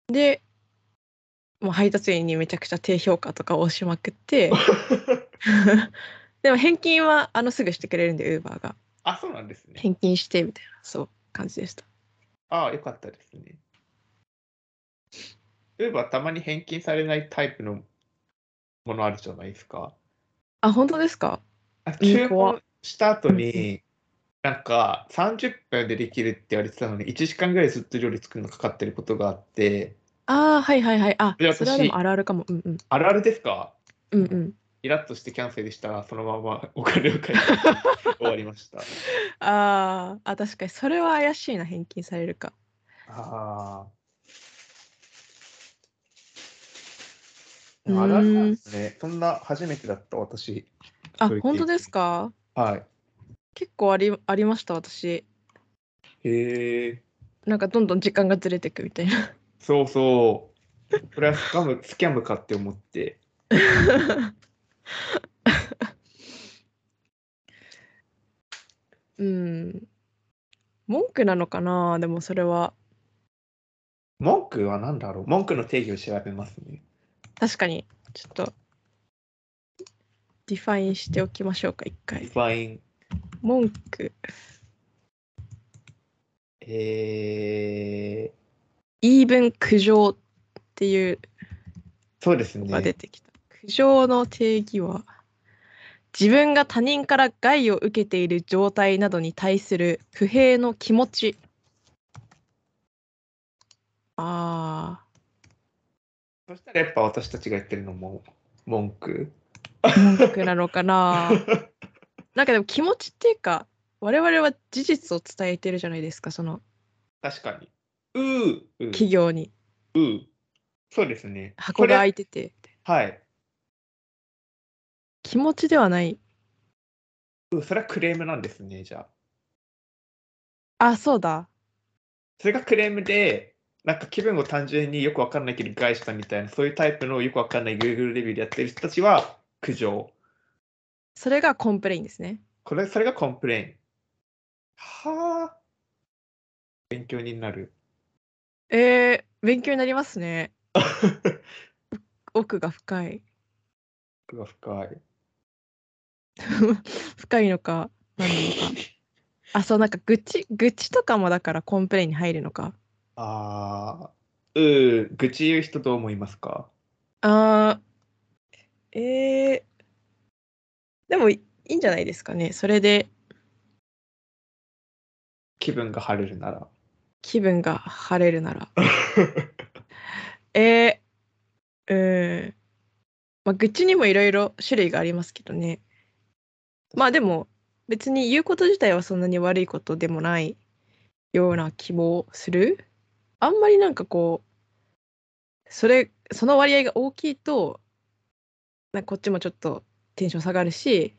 Speaker 1: ー
Speaker 2: もう配達員にめちゃくちゃ低評価とかをしまくってでも返金はあのすぐしてくれるんでウーバーが
Speaker 1: あ、そうなんですね。
Speaker 2: 返金してみたいなそう感じでした
Speaker 1: ああ、よかったですね。ウーバーたまに返金されないタイプのものあるじゃないですか。
Speaker 2: あ本当ですか
Speaker 1: あ
Speaker 2: うん
Speaker 1: 注
Speaker 2: 怖
Speaker 1: 文した後
Speaker 2: うん
Speaker 1: に、なんか30分でできるって言われてたのに、1時間ぐらいずっと料理作るのかかってることがあって、
Speaker 2: ああはいはいはいあ
Speaker 1: で
Speaker 2: それは
Speaker 1: 私
Speaker 2: でもあるあるかもうんうん
Speaker 1: あるあるですか
Speaker 2: うんうん
Speaker 1: イラッとしてキャンセルしたら、そのままお金を返して終わりました。
Speaker 2: あーあ確かにそれは怪しいな返金されるか
Speaker 1: [laughs] あ
Speaker 2: うーん
Speaker 1: あ。あるあるなんですね。そんな初めてだった私。
Speaker 2: あ
Speaker 1: そういう経験
Speaker 2: 本当ですか
Speaker 1: は
Speaker 2: 結構ありありました私
Speaker 1: い。へえ。
Speaker 2: なんかどんどん時間がずれてくみたいな
Speaker 1: そうそう。これはスキャム、スキャムかって思って。
Speaker 2: うん文句なのかなでもそれは
Speaker 1: 文句は何だろう文句の定義を調べますね。
Speaker 2: 確かにちょっとディファインしておきましょうか一
Speaker 1: ディ
Speaker 2: 回
Speaker 1: ファイン。
Speaker 2: 文句
Speaker 1: えー、
Speaker 2: 言い分苦情っていう
Speaker 1: そうです
Speaker 2: のが出
Speaker 1: ね。
Speaker 2: てきた、苦情の定義は自分が他人から害を受けている状態などに対する不平の気持ちあ
Speaker 1: そしたらやっぱ私たちが言ってるのも文句
Speaker 2: ー文句なのかななんかでも気持ちっていうか我々は事実を伝えてるじゃないですかその
Speaker 1: 確かに。うー、うー
Speaker 2: 企業に
Speaker 1: そうですね。
Speaker 2: 箱が開い
Speaker 1: こ
Speaker 2: てて
Speaker 1: れはい。
Speaker 2: 気持ちではない
Speaker 1: うんそれはクレームなんですね、じゃあ。
Speaker 2: あそうだ
Speaker 1: それがクレームで、なんか気分を単純によくわかんないけど害したみたいな、そういうタイプのよくわかんない Google レビューでやってる人たちは苦情。
Speaker 2: それがコンプレインですね
Speaker 1: これ、それがコンプレイン。はあ。勉強になる。
Speaker 2: えー、勉強になりますね奥が深い [laughs]
Speaker 1: 奥が深い。
Speaker 2: 深いのか何なのかあそうなんか愚痴愚痴とかもだからコンプレインに入るのか
Speaker 1: ああ。うー、愚痴言う人どう思いますか
Speaker 2: あーえー、でもいいいんじゃないですかねそれで
Speaker 1: 気分が晴れるなら。
Speaker 2: 気分が晴れるならえー、うんまあ愚痴にもいろいろ種類がありますけどねまあでも別に言うこと自体はそんなに悪いことでもないような気もするあんまりなんかこうそれその割合が大きいとなんかこっちもちょっとテンション下がるし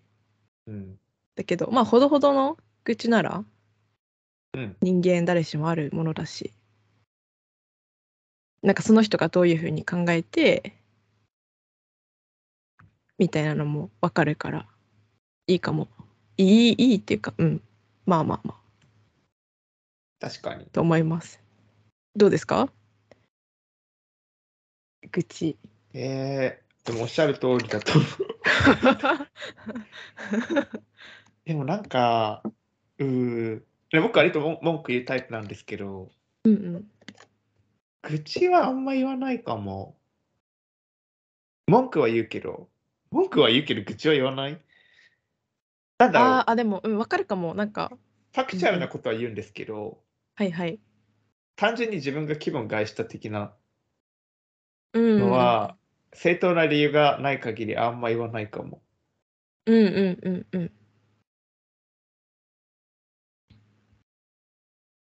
Speaker 1: うん。
Speaker 2: だけどまあほどほどの愚痴なら
Speaker 1: うん。
Speaker 2: 人間誰しもあるものだしなんかその人がどういうふうに考えてみたいなのも分かるからいいかもいいいいっていうかうんまあまあまあ
Speaker 1: 確かに。
Speaker 2: と思いますどうですか愚
Speaker 1: [laughs]
Speaker 2: 痴
Speaker 1: えー、でもおっしゃる通りだと思う。でもなんか、うー、で僕割ともん文句言うタイプなんですけど、
Speaker 2: うんうん。
Speaker 1: 愚痴はあんま言わないかも。文句は言うけど、文句は言うけど愚痴は言わないなんだろう
Speaker 2: あー、あ、でも、うん、わかるかも。なんか、
Speaker 1: ファクチャルなことは言うんですけど、
Speaker 2: はいはい。
Speaker 1: 単純に自分が気分害した的な
Speaker 2: うん。
Speaker 1: のは、正当な理由がない限りあんま言わないかも。
Speaker 2: うんうんうんうん。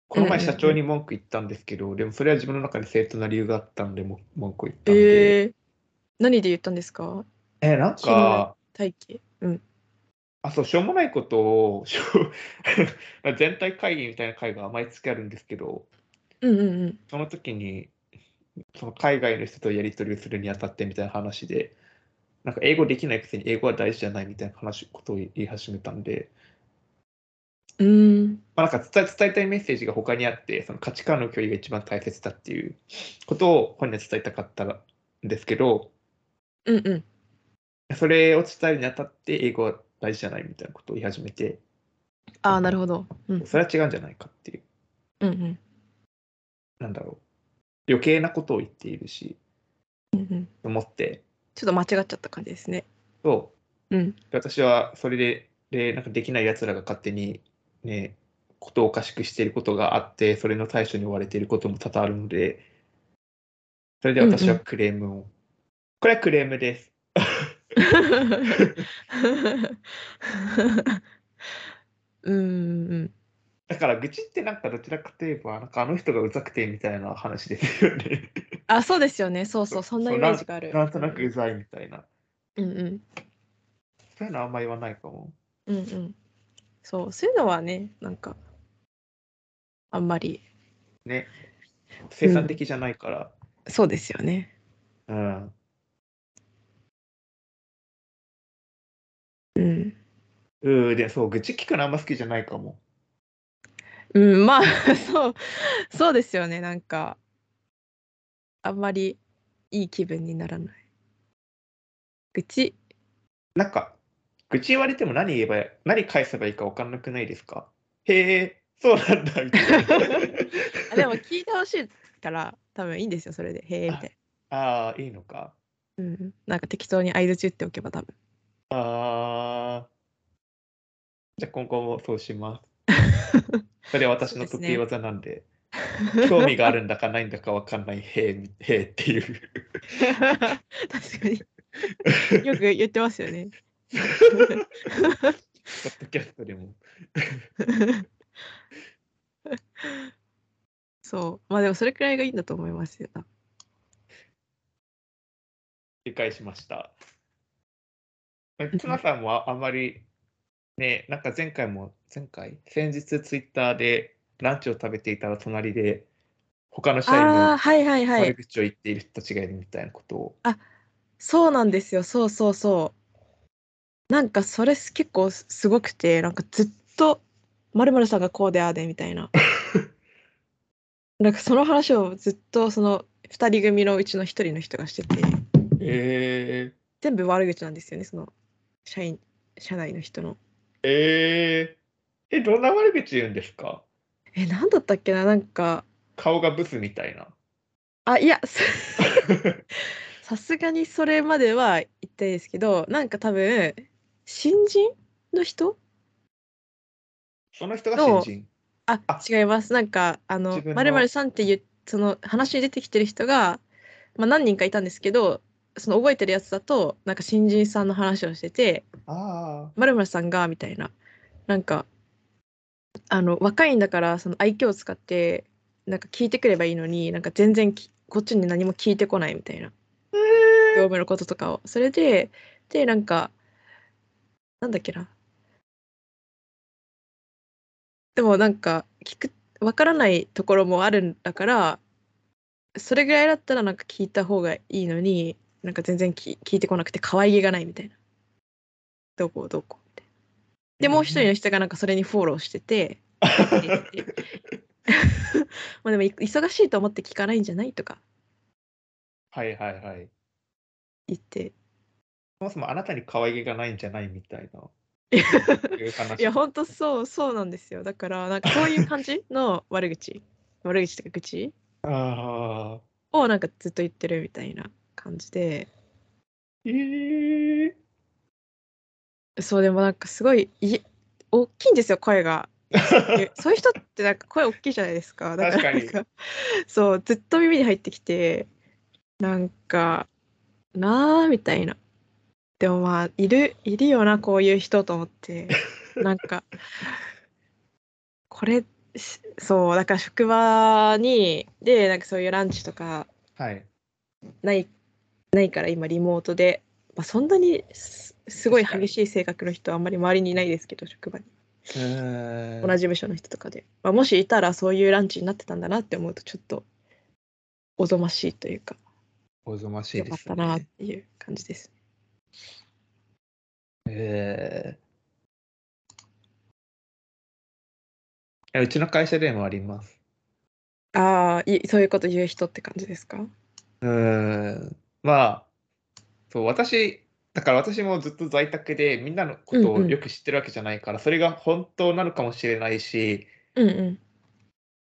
Speaker 1: この前
Speaker 2: うんうんう
Speaker 1: 社
Speaker 2: ん
Speaker 1: 長に文句言ったんですけど、でもそれは自分の中で正当な理由があったんで、も文句言ったんで。え
Speaker 2: えー、何で言ったんですか
Speaker 1: えなん
Speaker 2: しょうもな
Speaker 1: か、
Speaker 2: 待機。うん。
Speaker 1: あ、そう、しょうもないことを、しょう [laughs] 全体会議みたいな会が毎月あるんですけど、
Speaker 2: うんうんうん。
Speaker 1: その時に、その海外の人とやり取りをするにあたってみたいな話で、なんか英語できないくせに英語は大事じゃないみたいな話、ことを言い始めたんで、
Speaker 2: うーん。
Speaker 1: まあ、なんか伝え伝えたいメッセージが他にあって、その価値観の共有が一番大切だっていうことを本人は伝えたかったんですけど、
Speaker 2: うんうん。
Speaker 1: それを伝えるにあたって英語は大事じゃないみたいなことを言い始めて、
Speaker 2: ああ、なるほど。うん
Speaker 1: それは違うんじゃないかっていう。
Speaker 2: うんうん。
Speaker 1: なんだろう余計なことを言っているし
Speaker 2: うんうん
Speaker 1: 思って
Speaker 2: ちょっと間違っちゃった感じですね。
Speaker 1: そ
Speaker 2: [laughs] うん。
Speaker 1: う私はそれででなんかできないやつらが勝手にねことをおかしくしていることがあってそれの対処に追われていることも多々あるのでそれで私はクレームを、これはクレームです
Speaker 2: うんうん
Speaker 1: だから愚痴ってなんかどちらかといえばなんかあの人がうざくてみたいな話ですよね
Speaker 2: あそうですよねそうそうそんなイメージがある
Speaker 1: なんとなくうざいみたいな
Speaker 2: うんうん
Speaker 1: そういうのはあんま言わないかも
Speaker 2: うんうんそうそういうのはねなんかあんまり
Speaker 1: ね生産的じゃないから
Speaker 2: そうですよね
Speaker 1: うん
Speaker 2: うん、
Speaker 1: うん、で、そう、愚痴聞くのあんま好きじゃないかも。
Speaker 2: うん、まあ [laughs] そうそうですよねなんかあんまりいい気分にならない愚痴
Speaker 1: なんか、愚痴言われても何言えば、何返せばいいか分かんなくないですかへえ、そうなんだ、みたいな [laughs]
Speaker 2: あでも聞いてほしいから多分いいんですよそれでへえみたい
Speaker 1: ああ、いいのか。
Speaker 2: な、うん、なんか適当に相づち打っておけば多分
Speaker 1: ああ。じゃあ今後もそうします。それは私の得意技なんで、興味があるんだかないんだか分かんない、へえ、へえって [laughs] いう。
Speaker 2: 確かによく言ってますよね。
Speaker 1: ポッドキャストでも。
Speaker 2: そうまあでもそれくらいがいいんだと思いますよ。
Speaker 1: 理解しました。ツナさんもああんまり、ね、なんか前回も、前回、先日ツイッターでランチを食べていたら隣で、他の社員
Speaker 2: ああー
Speaker 1: の
Speaker 2: はいはいは
Speaker 1: 悪
Speaker 2: い
Speaker 1: 口を言っている人たちがいるみたいなことを、
Speaker 2: そうなんですよそうそうそう。なんかそれす結構すすごくてなんかずっと「まるさんがこうでああで」みたいな。なんかその話をずっとその2人組のうちの1人の人がしてて
Speaker 1: え
Speaker 2: 全部悪口なんですよねその社員社内の人の。
Speaker 1: ー、えー、え、どんな悪口言うんですか
Speaker 2: え何だったっけななんか
Speaker 1: 顔がブスみたいな。 [laughs]
Speaker 2: あいや [laughs] ささすがにそれまでは言ってないですけどなんか多分新人の人
Speaker 1: その人が新人。
Speaker 2: あ
Speaker 1: あ
Speaker 2: 違いますなんかあの
Speaker 1: 自分の
Speaker 2: 〇〇さんっていうその話に出てきてる人が、まあ、何人かいたんですけどその覚えてるやつだとなんか新人さんの話をしてて
Speaker 1: あ
Speaker 2: 〇〇さんがみたいななんかあの若いんだからその愛嬌を使ってなんか聞いてくればいいのになんか全然きこっちに何も聞いてこないみたいな
Speaker 1: あ。
Speaker 2: 業務のこととかをそれででなんかなんだっけなでもなんか聞くわからないところもあるんだからそれぐらいだったらなんか聞いた方がいいのになんか全然き聞いてこなくて可愛げがないみたいなどうこうどうこうみたいなでもう一人の人がなんかそれにフォローして [laughs] て [laughs] まあでもい忙しいと思って聞かないんじゃないとか
Speaker 1: はいはいはい。
Speaker 2: 言って
Speaker 1: そもそもあなたに可愛げがないんじゃないみたいな。いう話。
Speaker 2: いや、ほんとそう、そうなんですよ。だから、なんかそういう感じの悪口、 [laughs] 悪口とか愚痴
Speaker 1: ああ。
Speaker 2: をなんかずっと言ってるみたいな感じで、
Speaker 1: ええ
Speaker 2: そう、でもなんかすごい、い大きいんですよ、声が。 [laughs]
Speaker 1: ー。
Speaker 2: そういう人ってなんか声大きいじゃないですか。だからなん
Speaker 1: 確か
Speaker 2: かそう、ずっと耳に入ってきて、なんか、なあみたいな。でもまあ、いる、いるよな、こういう人と思
Speaker 1: [laughs]
Speaker 2: って。なんか、これ、しそう、だから職場に、で、なんかそういうランチとか
Speaker 1: はい。
Speaker 2: ない、ないから今リモートで、まあ、そんなにすすごい
Speaker 1: 確かに
Speaker 2: 激しい性格の人はあんまり周りにいないですけど、職場に。同
Speaker 1: 同
Speaker 2: じ部署の人とかで、まあ、もしいたらそういうランチになってたんだなって思うとちょっとおぞましいというか
Speaker 1: おぞましい
Speaker 2: よ
Speaker 1: で
Speaker 2: かっ
Speaker 1: す
Speaker 2: たなっ
Speaker 1: ね。
Speaker 2: ていう感じです。
Speaker 1: ええうちの会社でもあります。
Speaker 2: ああいそういうこと言う人って感じですか
Speaker 1: うーん。まあ、そう、私、だから私もずっと在宅でみんなのこと
Speaker 2: う
Speaker 1: を
Speaker 2: んうん
Speaker 1: よく知ってるわけじゃないから、それが本当なのかもしれないし、
Speaker 2: うんうん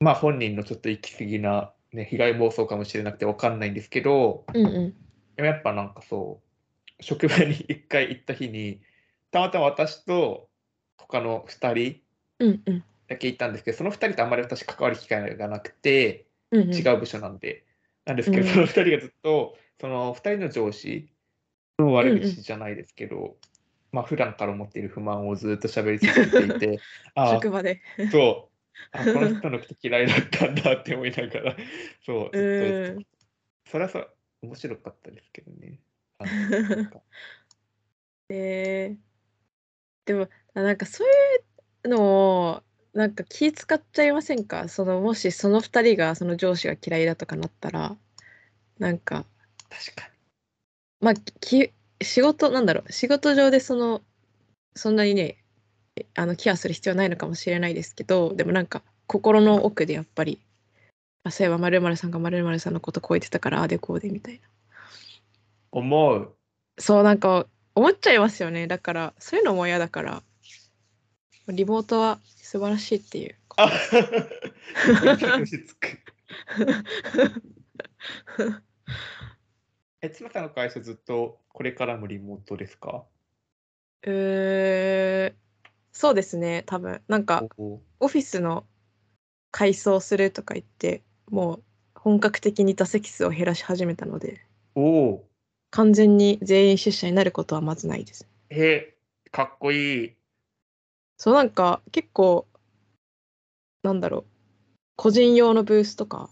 Speaker 1: まあ本人のちょっと行き過ぎな、ね、被害妄想かもしれなくてわかんないんですけど、
Speaker 2: うんうん
Speaker 1: でもやっぱなんかそう、職場に一回行った日に、たまたま私と他の二人
Speaker 2: うんうん
Speaker 1: だけ行ったんですけど、その二人とあんまり私関わる機会がなくて、
Speaker 2: うんうん
Speaker 1: 違う部署なんで、なんですけ
Speaker 2: う
Speaker 1: ど、
Speaker 2: ん
Speaker 1: その二人がずっと、その二人の上司の悪口じゃないですけど、まあ普段から持っている不満をずっと喋り続けてい
Speaker 2: [laughs]
Speaker 1: て、ああ、
Speaker 2: 職場で
Speaker 1: そう。あこの人のこと嫌いだったんだって思いながら、そう、
Speaker 2: う
Speaker 1: ずっと
Speaker 2: ーん
Speaker 1: それはそれ面白かったですけどね。あの
Speaker 2: [laughs]
Speaker 1: なんか
Speaker 2: えーでもあなんかそういうのをなんか気使っちゃいませんかそのもしその2人がその上司が嫌いだとかなったらなんか
Speaker 1: 確か
Speaker 2: まあ、き仕事なんだろう仕事上でそのそんなにねえあのケアする必要はないのかもしれないですけどでもなんか心の奥でやっぱりあそういえば〇〇さんが〇〇さんのことこう言ってたからああでこうでみたいな
Speaker 1: に。思
Speaker 2: [laughs]
Speaker 1: う。
Speaker 2: そうなんか思っちゃいますよねだからそういうのも嫌だからリモートは素晴らしいっていう
Speaker 1: あ落ち着く。え、妻さんの会社ずっとこれからもリモートですか
Speaker 2: えーそうですね多分なんか
Speaker 1: お
Speaker 2: オフィスの改装するとか言ってもう本格的に座席数を減らし始めたので
Speaker 1: おー。
Speaker 2: 完全に全員出社になることはまずないです
Speaker 1: えー、かっこいい。
Speaker 2: そうなんか結構なんだろう個人用のブースとか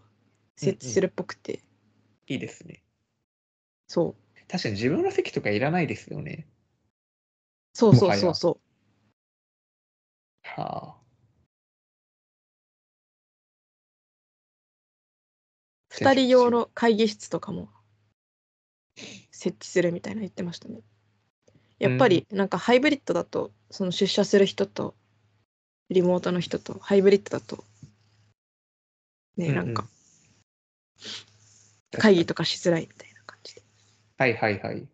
Speaker 2: 設置するっぽくて、
Speaker 1: いいですね。
Speaker 2: そう
Speaker 1: 確かに自分の席とかいらないですよね。
Speaker 2: そうそ
Speaker 1: も
Speaker 2: う
Speaker 1: はや
Speaker 2: そうそう
Speaker 1: はあ。
Speaker 2: 2人用の会議室とかも設置するみたいな言ってましたね。やっぱりなんかハイブリッドだとその出社する人とリモートの人とハイブリッドだとね
Speaker 1: うん
Speaker 2: な
Speaker 1: うん
Speaker 2: んか会議とかしづらいみたいな感じで。
Speaker 1: はいはいはい。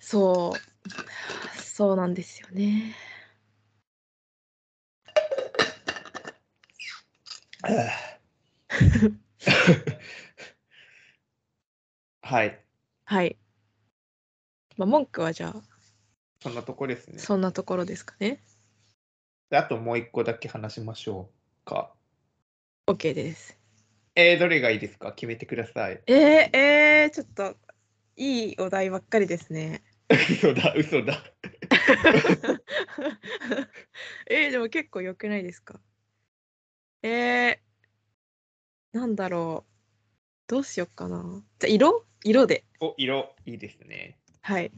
Speaker 2: そうそうなんですよね。
Speaker 1: [laughs] はい。
Speaker 2: はい。まあ文句はじゃあ
Speaker 1: そんなとこですね。
Speaker 2: そんなところですかね。
Speaker 1: であともう一個だけ話しましょうか。
Speaker 2: OK です。
Speaker 1: えー、どれがいいですか決めてください。 [laughs]
Speaker 2: えー、えー、ちょっといいお題ばっかりですね。
Speaker 1: 嘘だ、嘘だ。
Speaker 2: [laughs] えー、でも結構良くないですかえー、なんだろう。どうしよっかな。じゃあ色色で。
Speaker 1: お、色、いいですね。
Speaker 2: はい。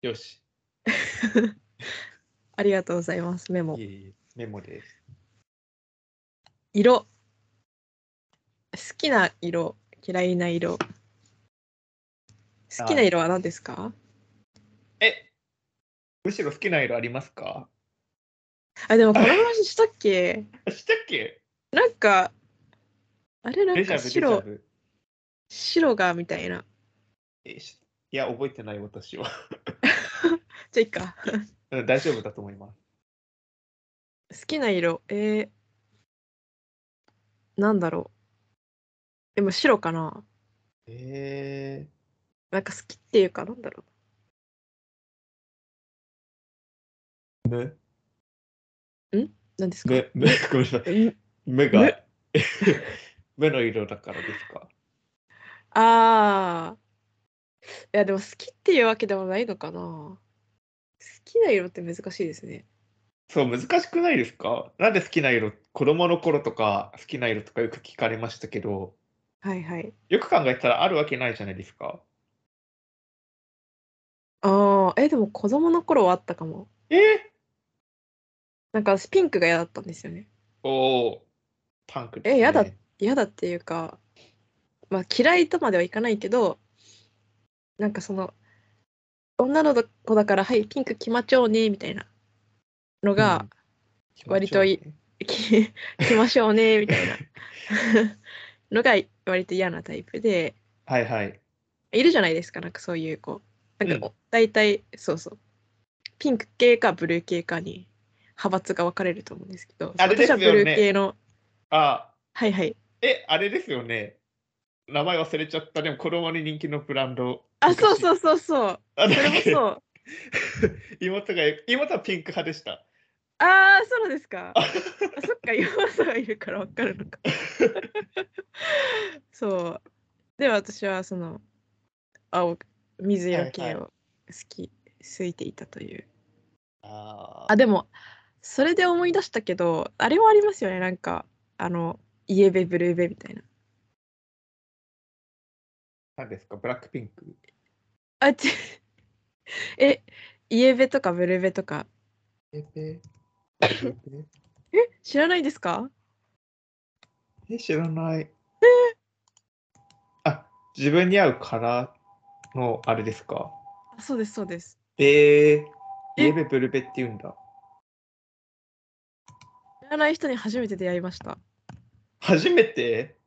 Speaker 1: よし。
Speaker 2: ありがとうございます。メモ
Speaker 1: い。えいえメモです。
Speaker 2: 色。好きな色、嫌いな色。好きな色は何ですか
Speaker 1: え、むしろ好きな色ありますか
Speaker 2: あ、でもこの話したっけ
Speaker 1: したっけ
Speaker 2: なんか、あれなん
Speaker 1: デジ
Speaker 2: か
Speaker 1: ャブ、デジャ
Speaker 2: 白、
Speaker 1: ブ。
Speaker 2: 白がみたいな。
Speaker 1: えしいや、覚えてない私は。 [laughs]
Speaker 2: じゃあいいか。
Speaker 1: うん大丈夫だと思います。
Speaker 2: 好きな色、えー、なんだろう。でも白かな。
Speaker 1: え
Speaker 2: なんか好きっていうか、なんだろ
Speaker 1: ー、む、
Speaker 2: う。なんですか
Speaker 1: む、む、ごめんなさい。
Speaker 2: ん
Speaker 1: 目
Speaker 2: む
Speaker 1: が、 [laughs] 目の色だからですか。
Speaker 2: あー。いや、でも好きっていうわけでもないのかな。好きな色って難しいですね。
Speaker 1: そう、難しくないですかなんで好きな色、子供の頃とか好きな色とかよく聞かれましたけど、
Speaker 2: はいはい。
Speaker 1: よく考えたらあるわけないじゃないですか。
Speaker 2: あー、え、でも子供の頃はあったかも。
Speaker 1: えー、
Speaker 2: なんか私ピンクが嫌だったんですよね。
Speaker 1: おお、パンクです、
Speaker 2: えやだ嫌だっていうか、まあ、嫌いとまではいかないけどなんかその女の子だから「はいピンク決まっちゃおうね」みたいなの [laughs] が
Speaker 1: うん
Speaker 2: 割とい
Speaker 1: 気持ち悪ね
Speaker 2: 「き来ましょうね」みたいな [laughs] のが割と嫌なタイプで
Speaker 1: はいはい。
Speaker 2: いるじゃないですかなんかそういう子なん
Speaker 1: う
Speaker 2: か大体、そうそうピンク系かブルー系かに派閥が分かれると思うんですけど
Speaker 1: あれですよね
Speaker 2: 私はブルー系の
Speaker 1: あ、
Speaker 2: はいはい
Speaker 1: え、あれですよね。名前忘れちゃった。でも子供に人気のブランド。
Speaker 2: あそう
Speaker 1: う。
Speaker 2: そうそうそう
Speaker 1: あ。
Speaker 2: それもそうう
Speaker 1: [laughs] 妹が、妹はピンク派でした。
Speaker 2: ああ、そうなんですか。あそっか、弱さがいるからわかるの [laughs] か。そう。で、私はその青、水色系を好き、すいていたという。
Speaker 1: あ
Speaker 2: あ、でも、それで思い出したけど、あれはありますよね、なんか、あの、イエベ、ブルーベみたいな。
Speaker 1: 何ですかブラックピンク。
Speaker 2: あ、ちえ、イエベとかブルーベとか、
Speaker 1: ええ
Speaker 2: 知らないですか
Speaker 1: え、知らない。あ、自分に合うカラーのあれですか
Speaker 2: あそうです、そうです。
Speaker 1: えー、
Speaker 2: え
Speaker 1: イエベブルベって言うんだ。
Speaker 2: 知らない人に初めて出会いました。
Speaker 1: 初め [laughs] て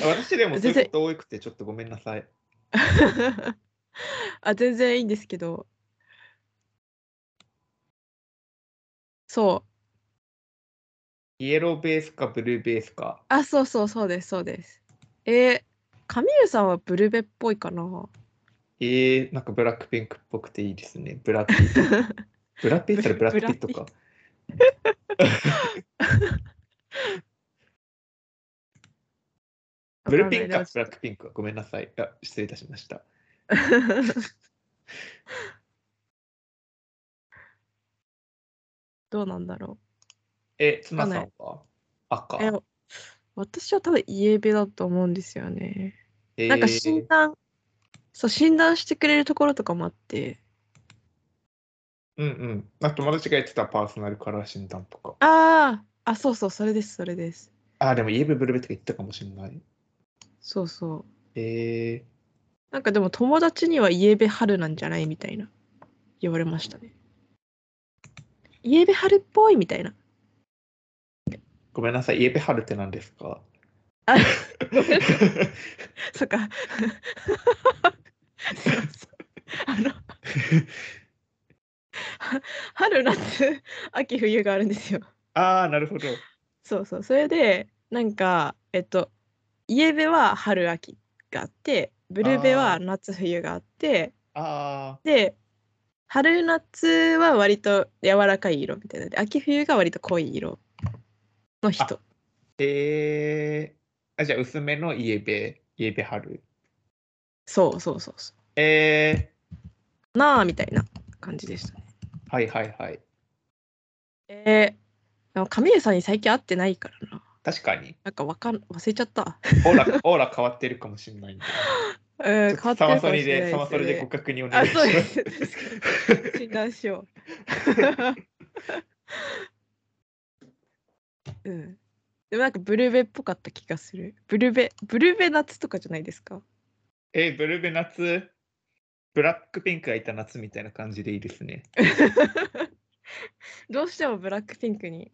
Speaker 1: 私でもそういうこと多くてちょっとごめんなさい。
Speaker 2: [laughs] あ全然いいんですけどそう
Speaker 1: イエローベースかブルーベースか。
Speaker 2: あそうそうそうですそうですえー、カミールさんはブルベっぽいか
Speaker 1: [laughs]
Speaker 2: な
Speaker 1: えー、なんかブラックピンクっぽくていいですね。ブ [laughs] ラピブラピって言ったらブラッピとか。ブルーピンクかブラックピンクか。ごめんなさい。あ失礼いたしました。
Speaker 2: [laughs] どうなんだろ
Speaker 1: え、妻さんは赤
Speaker 2: う。え私は多分イエベだと思うんですよね
Speaker 1: えー
Speaker 2: なんか診断、そう診断してくれるところとかもあって
Speaker 1: うんうん。なんか友達が言ってたパーソナルカラー診断とか。
Speaker 2: あーあそうそうそれですそれです
Speaker 1: あ、でもイエベブルベとか言ったかもしれない。
Speaker 2: そうそう
Speaker 1: え
Speaker 2: なんかでも友達にはイエベ春なんじゃないみたいな言われましたね。イエベ春っぽいみたいな。 [laughs]
Speaker 1: ー、ごめんなさい。イエベハルって何ですか [laughs]
Speaker 2: あそっか。 [laughs] そうそうあの [laughs] は春夏秋冬があるんですよ。
Speaker 1: ああ、なるほど。
Speaker 2: そうそうそれでなんかえっとイエベは春秋があってブルーベ
Speaker 1: あ
Speaker 2: は
Speaker 1: ー
Speaker 2: 夏冬があって。
Speaker 1: ああ、
Speaker 2: で春夏は割と柔らかい色みたいなので秋冬が割と濃い色の人
Speaker 1: えー、あじゃあ薄めのイエベ、イエベハル。
Speaker 2: そうそうそうそ
Speaker 1: え
Speaker 2: うなあみたいな感じでしたね
Speaker 1: ー、はいはいはい。
Speaker 2: えー、でも神江さんに最近会ってないからな
Speaker 1: 確かに。
Speaker 2: なんかわかん忘れちゃった、
Speaker 1: オー
Speaker 2: [laughs]
Speaker 1: ラ、オーラ変わってるかもしれないんで。
Speaker 2: え
Speaker 1: ち
Speaker 2: ー、
Speaker 1: ょっ
Speaker 2: 変わ
Speaker 1: と
Speaker 2: って
Speaker 1: サ
Speaker 2: る
Speaker 1: マ
Speaker 2: か
Speaker 1: ソ
Speaker 2: も
Speaker 1: ニ
Speaker 2: しれない
Speaker 1: で、サマソニでご
Speaker 2: よね
Speaker 1: 確認お願
Speaker 2: あ
Speaker 1: いし
Speaker 2: そう
Speaker 1: ま。
Speaker 2: ですす確かに診断しよう [laughs] うんでもなんかブルベっぽかった気がするブルベブルベ夏とかじゃないですか
Speaker 1: えー、ブルーベ夏、ブラックピンクがいた夏みたいな感じでいいですね。
Speaker 2: どうしてもブラックピンクに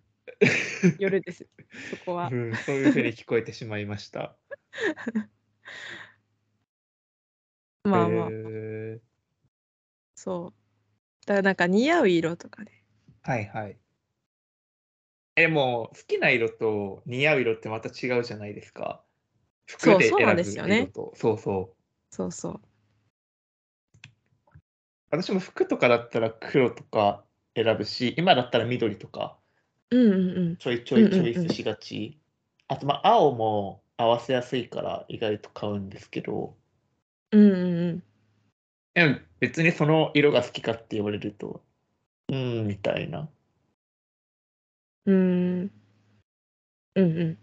Speaker 2: よるです。そこは
Speaker 1: う。ん、そういうふうに聞こえてしまいました。
Speaker 2: [laughs] まあま
Speaker 1: へ
Speaker 2: あ、
Speaker 1: ー
Speaker 2: そう。だからなんか似合う色とかね。
Speaker 1: はいはい。え、でも好きな色と似合う色ってまた違うじゃないですか。
Speaker 2: そう
Speaker 1: 服で
Speaker 2: そうな
Speaker 1: 選
Speaker 2: ん
Speaker 1: ぶ
Speaker 2: ですよね
Speaker 1: 色と。そうそう。
Speaker 2: そうそう。
Speaker 1: 私も服とかだったら黒とか選ぶし、今だったら緑とか
Speaker 2: うんうんうん。
Speaker 1: ちょいちょい
Speaker 2: うんうん
Speaker 1: チ
Speaker 2: うん
Speaker 1: ョイスしがち。あとまあ青も合わせやすいから意外と買うんですけど、
Speaker 2: うんうんうん。
Speaker 1: でも別にその色が好きかって言われると、うーんみたいな。
Speaker 2: うーん。うん
Speaker 1: う
Speaker 2: うん。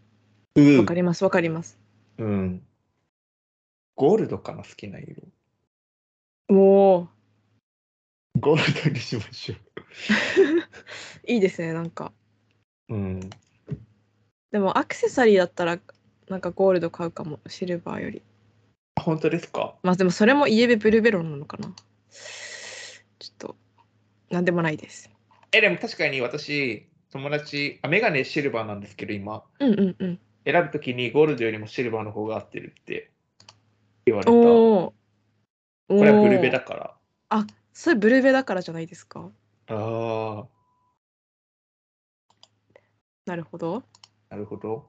Speaker 1: ー
Speaker 2: わかります、わかります。
Speaker 1: うん。ゴールドかな、好きな色。
Speaker 2: おお、
Speaker 1: ゴールドにしましょ
Speaker 2: いいですね、なんか。
Speaker 1: う。うん。
Speaker 2: でも、アクセサリーだったら、なんかゴールド買うかも、シルバーより。
Speaker 1: あ本当ですか
Speaker 2: まあ、でも、それもイエベブルベロンなのかな。ちょっと、なんでもないです。
Speaker 1: え、でも確かに私、友達、あ、メガネシルバーなんですけど、今、
Speaker 2: うんうんうん。
Speaker 1: 選ぶときにゴールドよりもシルバーの方が合ってるって言われた。こ
Speaker 2: おお。こ
Speaker 1: れはブルベだから。
Speaker 2: あ、それブルベだからじゃないですか。
Speaker 1: ああ、
Speaker 2: なるほど。
Speaker 1: なるほど。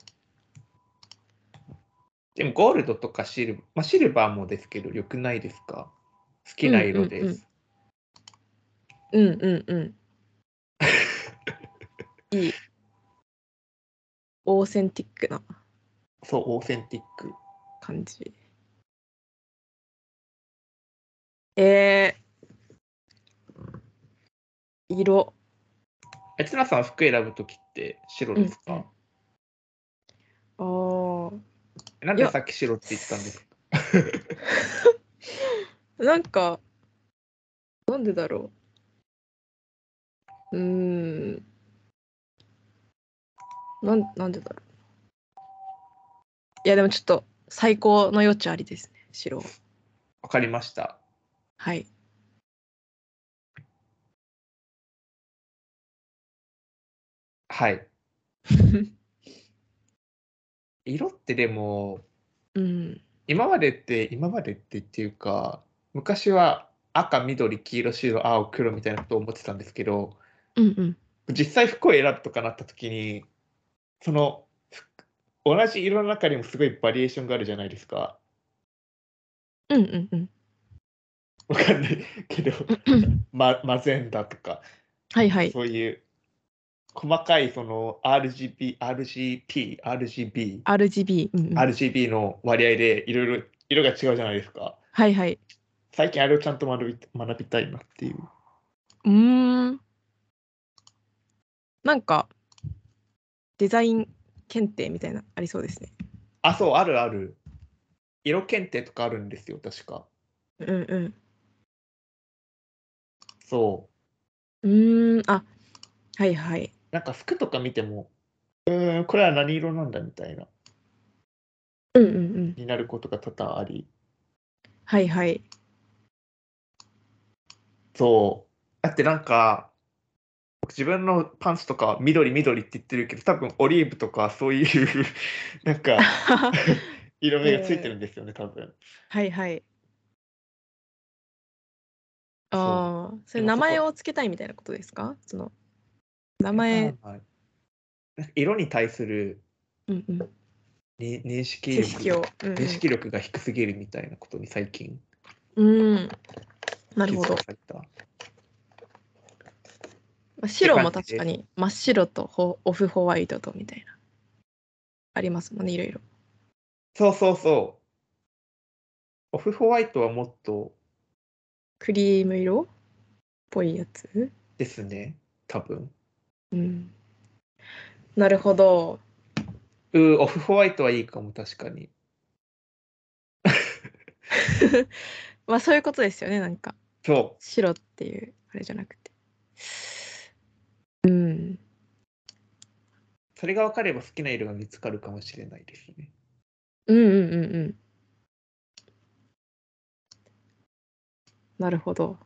Speaker 1: でもゴールドとかシルバー、まあ、シルバーもですけど、良くないですか好きな色です。
Speaker 2: うんうんうんうんうん
Speaker 1: [laughs]
Speaker 2: うん。いい。オーセンティックな
Speaker 1: そう、オーセンティック。
Speaker 2: 感じ。えー、色。
Speaker 1: え、ツナさんは服選ぶときって白ですか、
Speaker 2: うんあー
Speaker 1: なんでさっき白って言ったんですか
Speaker 2: なんか、なんでだろう。うーん。なんなんでだろう。いや、でもちょっと最高の余地ありですね、白。
Speaker 1: わかりました。
Speaker 2: はい。 [laughs]
Speaker 1: はい。色ってでも、
Speaker 2: うん。
Speaker 1: 今までって、今までってっていうか、昔は赤、緑、黄色、白、青、黒みたいなことを思ってたんですけど、
Speaker 2: うんうん。
Speaker 1: 実際服を選ぶとかなった時に、その、服同じ色の中にもすごいバリエーションがあるじゃないですか。
Speaker 2: うんうんうん
Speaker 1: わかんないけど、
Speaker 2: うん。
Speaker 1: ま、マゼンダとか、
Speaker 2: はいはい。
Speaker 1: そういう細かいその RGB、RGP、RGB、
Speaker 2: RGB。うんうん、
Speaker 1: RGB の割合でいろいろ色が違うじゃないですか。
Speaker 2: はいはい。
Speaker 1: 最近あれをちゃんと学び学びたいなっていう。
Speaker 2: うーん。なんか、デザイン検定みたいな、ありそうですね。
Speaker 1: あ、そう、あるある。色検定とかあるんですよ、確か。
Speaker 2: うんうん。
Speaker 1: そう
Speaker 2: ーん、あ、はいはい。
Speaker 1: う。なんか服とか見ても、うーん、これは何色なんだみたいな、
Speaker 2: うんうんうん。
Speaker 1: になることが多々あり。
Speaker 2: はい [laughs] はい。
Speaker 1: そう。だってなんか、僕自分のパンツとか緑緑って言ってるけど、多分オリーブとかそういう、 [laughs] なんか、色目がついてるんですよね、多分。
Speaker 2: はいはい。
Speaker 1: そう
Speaker 2: ああ、それ
Speaker 1: でも
Speaker 2: 名
Speaker 1: そこ
Speaker 2: 前をつけたいみたいなことですかその、名前、
Speaker 1: はいなんか色に対する
Speaker 2: うんうん、
Speaker 1: に認識
Speaker 2: 知
Speaker 1: 力
Speaker 2: 識を。うんうん
Speaker 1: 認識力が低すぎるみたいなことに最近
Speaker 2: うん。な
Speaker 1: な
Speaker 2: るほど。
Speaker 1: た。
Speaker 2: まあ白も
Speaker 1: って感じ
Speaker 2: 確
Speaker 1: で
Speaker 2: かに真っ白とホオフホワイトとみたいな。ありますもんね、いろいろ。
Speaker 1: そうそうそう。オフホワイトはもっと
Speaker 2: クリーム色っぽいやつ。
Speaker 1: ですね、多分。
Speaker 2: うん。なるほど。
Speaker 1: うー、オフホワイトはいいかも、確かに。
Speaker 2: まあそういうことですよね、なんか。
Speaker 1: そ
Speaker 2: 白っていうあれじゃなくてうん
Speaker 1: う。それが分かれば好きな色が見つかるかもしれないですね。
Speaker 2: うんうんうんうんなるほど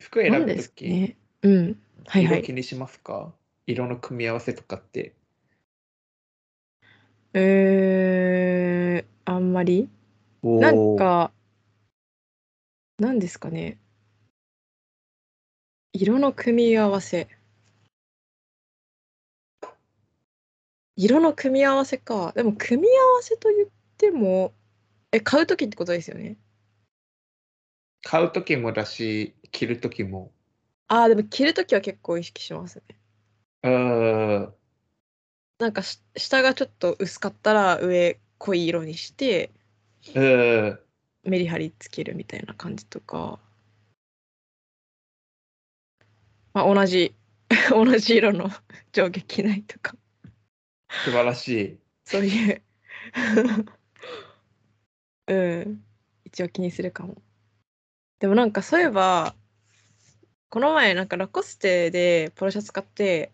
Speaker 1: 服選
Speaker 2: なん
Speaker 1: ぶ
Speaker 2: で
Speaker 1: と
Speaker 2: すか
Speaker 1: き、
Speaker 2: ね。うん。はいは
Speaker 1: 色
Speaker 2: い
Speaker 1: 気。にしますか、色の組み合わせとかって。
Speaker 2: えー、あんまりなんか、なんですかね。色の組み合わせ。色の組み合わせか。でも、組み合わせと言っても、え、買うときってことですよね。
Speaker 1: 買うときもだし、着るときも。
Speaker 2: ああ、でも、着るときは結構意識しますね。
Speaker 1: うーん。
Speaker 2: なんかし、下がちょっと薄かったら、上濃い色にして、
Speaker 1: うーん。
Speaker 2: メリハリつけるみたいな感じとか、まあ、同じ [laughs] 同じ色の [laughs] 上下着ないとか
Speaker 1: 素晴らしい。
Speaker 2: そういう [laughs] うん一応気にするかもでもなんかそういえばこの前なんかラコステでポロシャツ買って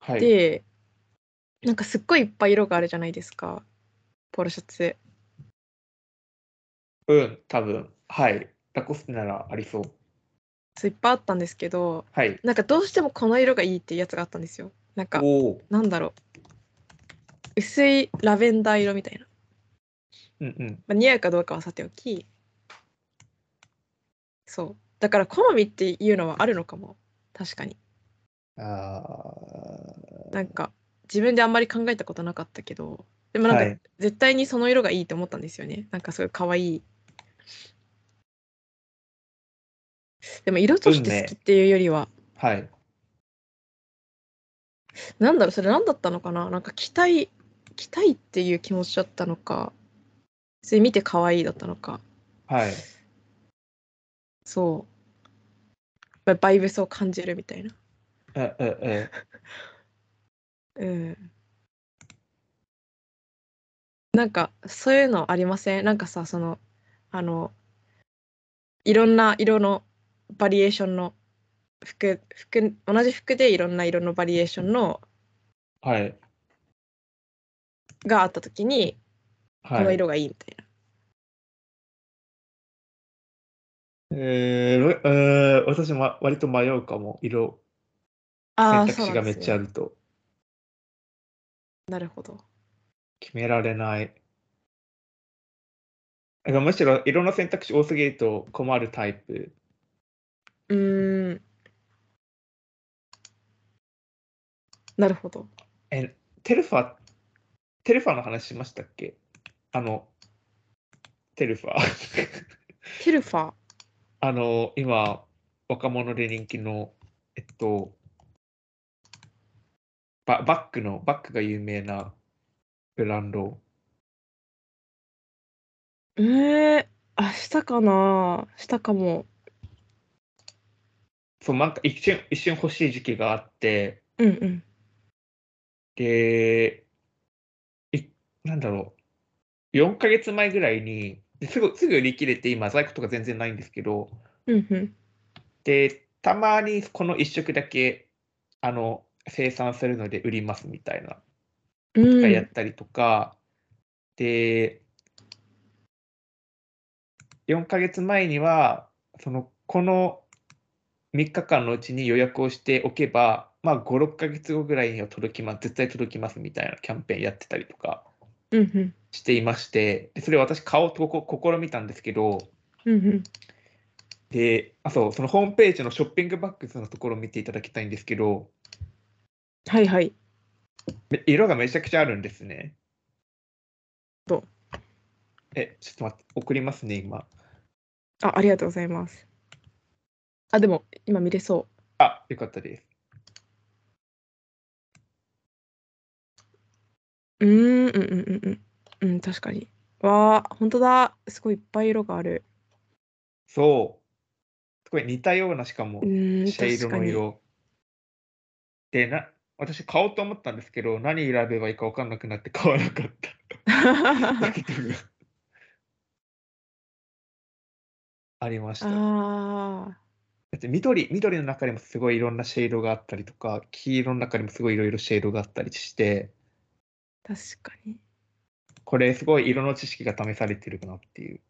Speaker 1: はい。
Speaker 2: でなんかすっごいいっぱい色があるじゃないですかポロシャツ
Speaker 1: うん、多分。はい。ラコステならありそう。
Speaker 2: そういっぱいあったんですけど
Speaker 1: はい。
Speaker 2: なんかどうしてもこの色がいいっていうやつがあったんですよなんか
Speaker 1: おお。
Speaker 2: なんだろう薄いラベンダー色みたいな、
Speaker 1: うんうん。
Speaker 2: まあ、似合うかどうかはさておきそうだから好みっていうのはあるのかも確かに
Speaker 1: あ
Speaker 2: なんか自分であんまり考えたことなかったけどでもなんか、
Speaker 1: はい
Speaker 2: 絶対にその色がいいと思ったんですよねなんかすごい可愛いでも色として好きっていうよりは、
Speaker 1: あ。はい。
Speaker 2: なんだろうそれ何だったのかななんか着たい着たいっていう気持ちだったのかそれ見て可愛いだったのか
Speaker 1: はい。
Speaker 2: そうババイブスを感じるみたいな
Speaker 1: えええ。
Speaker 2: うんなんかそういうのありませんなんかさそのあのいろんな色のバリエーションの服服同じ服でいろんな色のバリエーションの
Speaker 1: はい。
Speaker 2: があった時にこ
Speaker 1: はい。
Speaker 2: の色がいいみたいな、
Speaker 1: えーえー私も割と迷うかも。色、
Speaker 2: あ
Speaker 1: 選
Speaker 2: あ
Speaker 1: 択
Speaker 2: そう
Speaker 1: 肢
Speaker 2: な
Speaker 1: が
Speaker 2: ん
Speaker 1: め
Speaker 2: で
Speaker 1: っ
Speaker 2: す
Speaker 1: ちゃあ
Speaker 2: ね
Speaker 1: ると
Speaker 2: なるほど
Speaker 1: 決められない。だからむしろ色の選択肢多すぎると困るタイプ。
Speaker 2: うーんなるほど
Speaker 1: え、テルファ、テルファの話しましたっけあの、テルファ。
Speaker 2: ティルファ
Speaker 1: あの、今、若者で人気の、えっと、ババックの、バックが有名なブランド。
Speaker 2: えー、あしたかなしたかも
Speaker 1: そう、なんか一瞬、一瞬欲しい時期があって、
Speaker 2: うんうん
Speaker 1: で、いなんだろう、4ヶ月前ぐらいに、ですぐすぐ売り切れて、今、在庫とか全然ないんですけど、
Speaker 2: うんうん
Speaker 1: で、たまにこの1色だけ、あの、生産するので売りますみたいな、
Speaker 2: うん
Speaker 1: がやったりとか、で、4ヶ月前には、その、この3日間のうちに予約をしておけば、まあ、5、6ヶ月後ぐらいには届きます、絶対届きますみたいなキャンペーンやってたりとか。
Speaker 2: うんうん
Speaker 1: していまして、でそれを私買おうとこ試みたんですけど、
Speaker 2: うんうん
Speaker 1: で、あ、そう、そのホームページのショッピングバッグズのところを見ていただきたいんですけど、
Speaker 2: はいはい
Speaker 1: め [laughs] 色がめちゃくちゃあるんですね。
Speaker 2: どう
Speaker 1: え、ちょっと待って、送りますね、今。
Speaker 2: あありがとうございますあでも今見れそ
Speaker 1: あ、よかったです。
Speaker 2: ううーんうんうんうんうんうん確かにわあ本当だすごいいっぱい色がある
Speaker 1: そう。すごい似たような、しかも
Speaker 2: う、ーん
Speaker 1: シェイ
Speaker 2: 確
Speaker 1: ド
Speaker 2: か
Speaker 1: の
Speaker 2: に
Speaker 1: 色。で、な、私買おうと思ったんですけど、何選べばいいか分かんなくなって買わなか
Speaker 2: [laughs]
Speaker 1: った。ありました。だ
Speaker 2: [laughs] あ
Speaker 1: って緑、緑の中にもすごいいろんなシェードがあったりとか、黄色の中にもすごいいろいろシェードがあったりして、
Speaker 2: ー確かに
Speaker 1: これすごい色の知識が試されてるなっていう。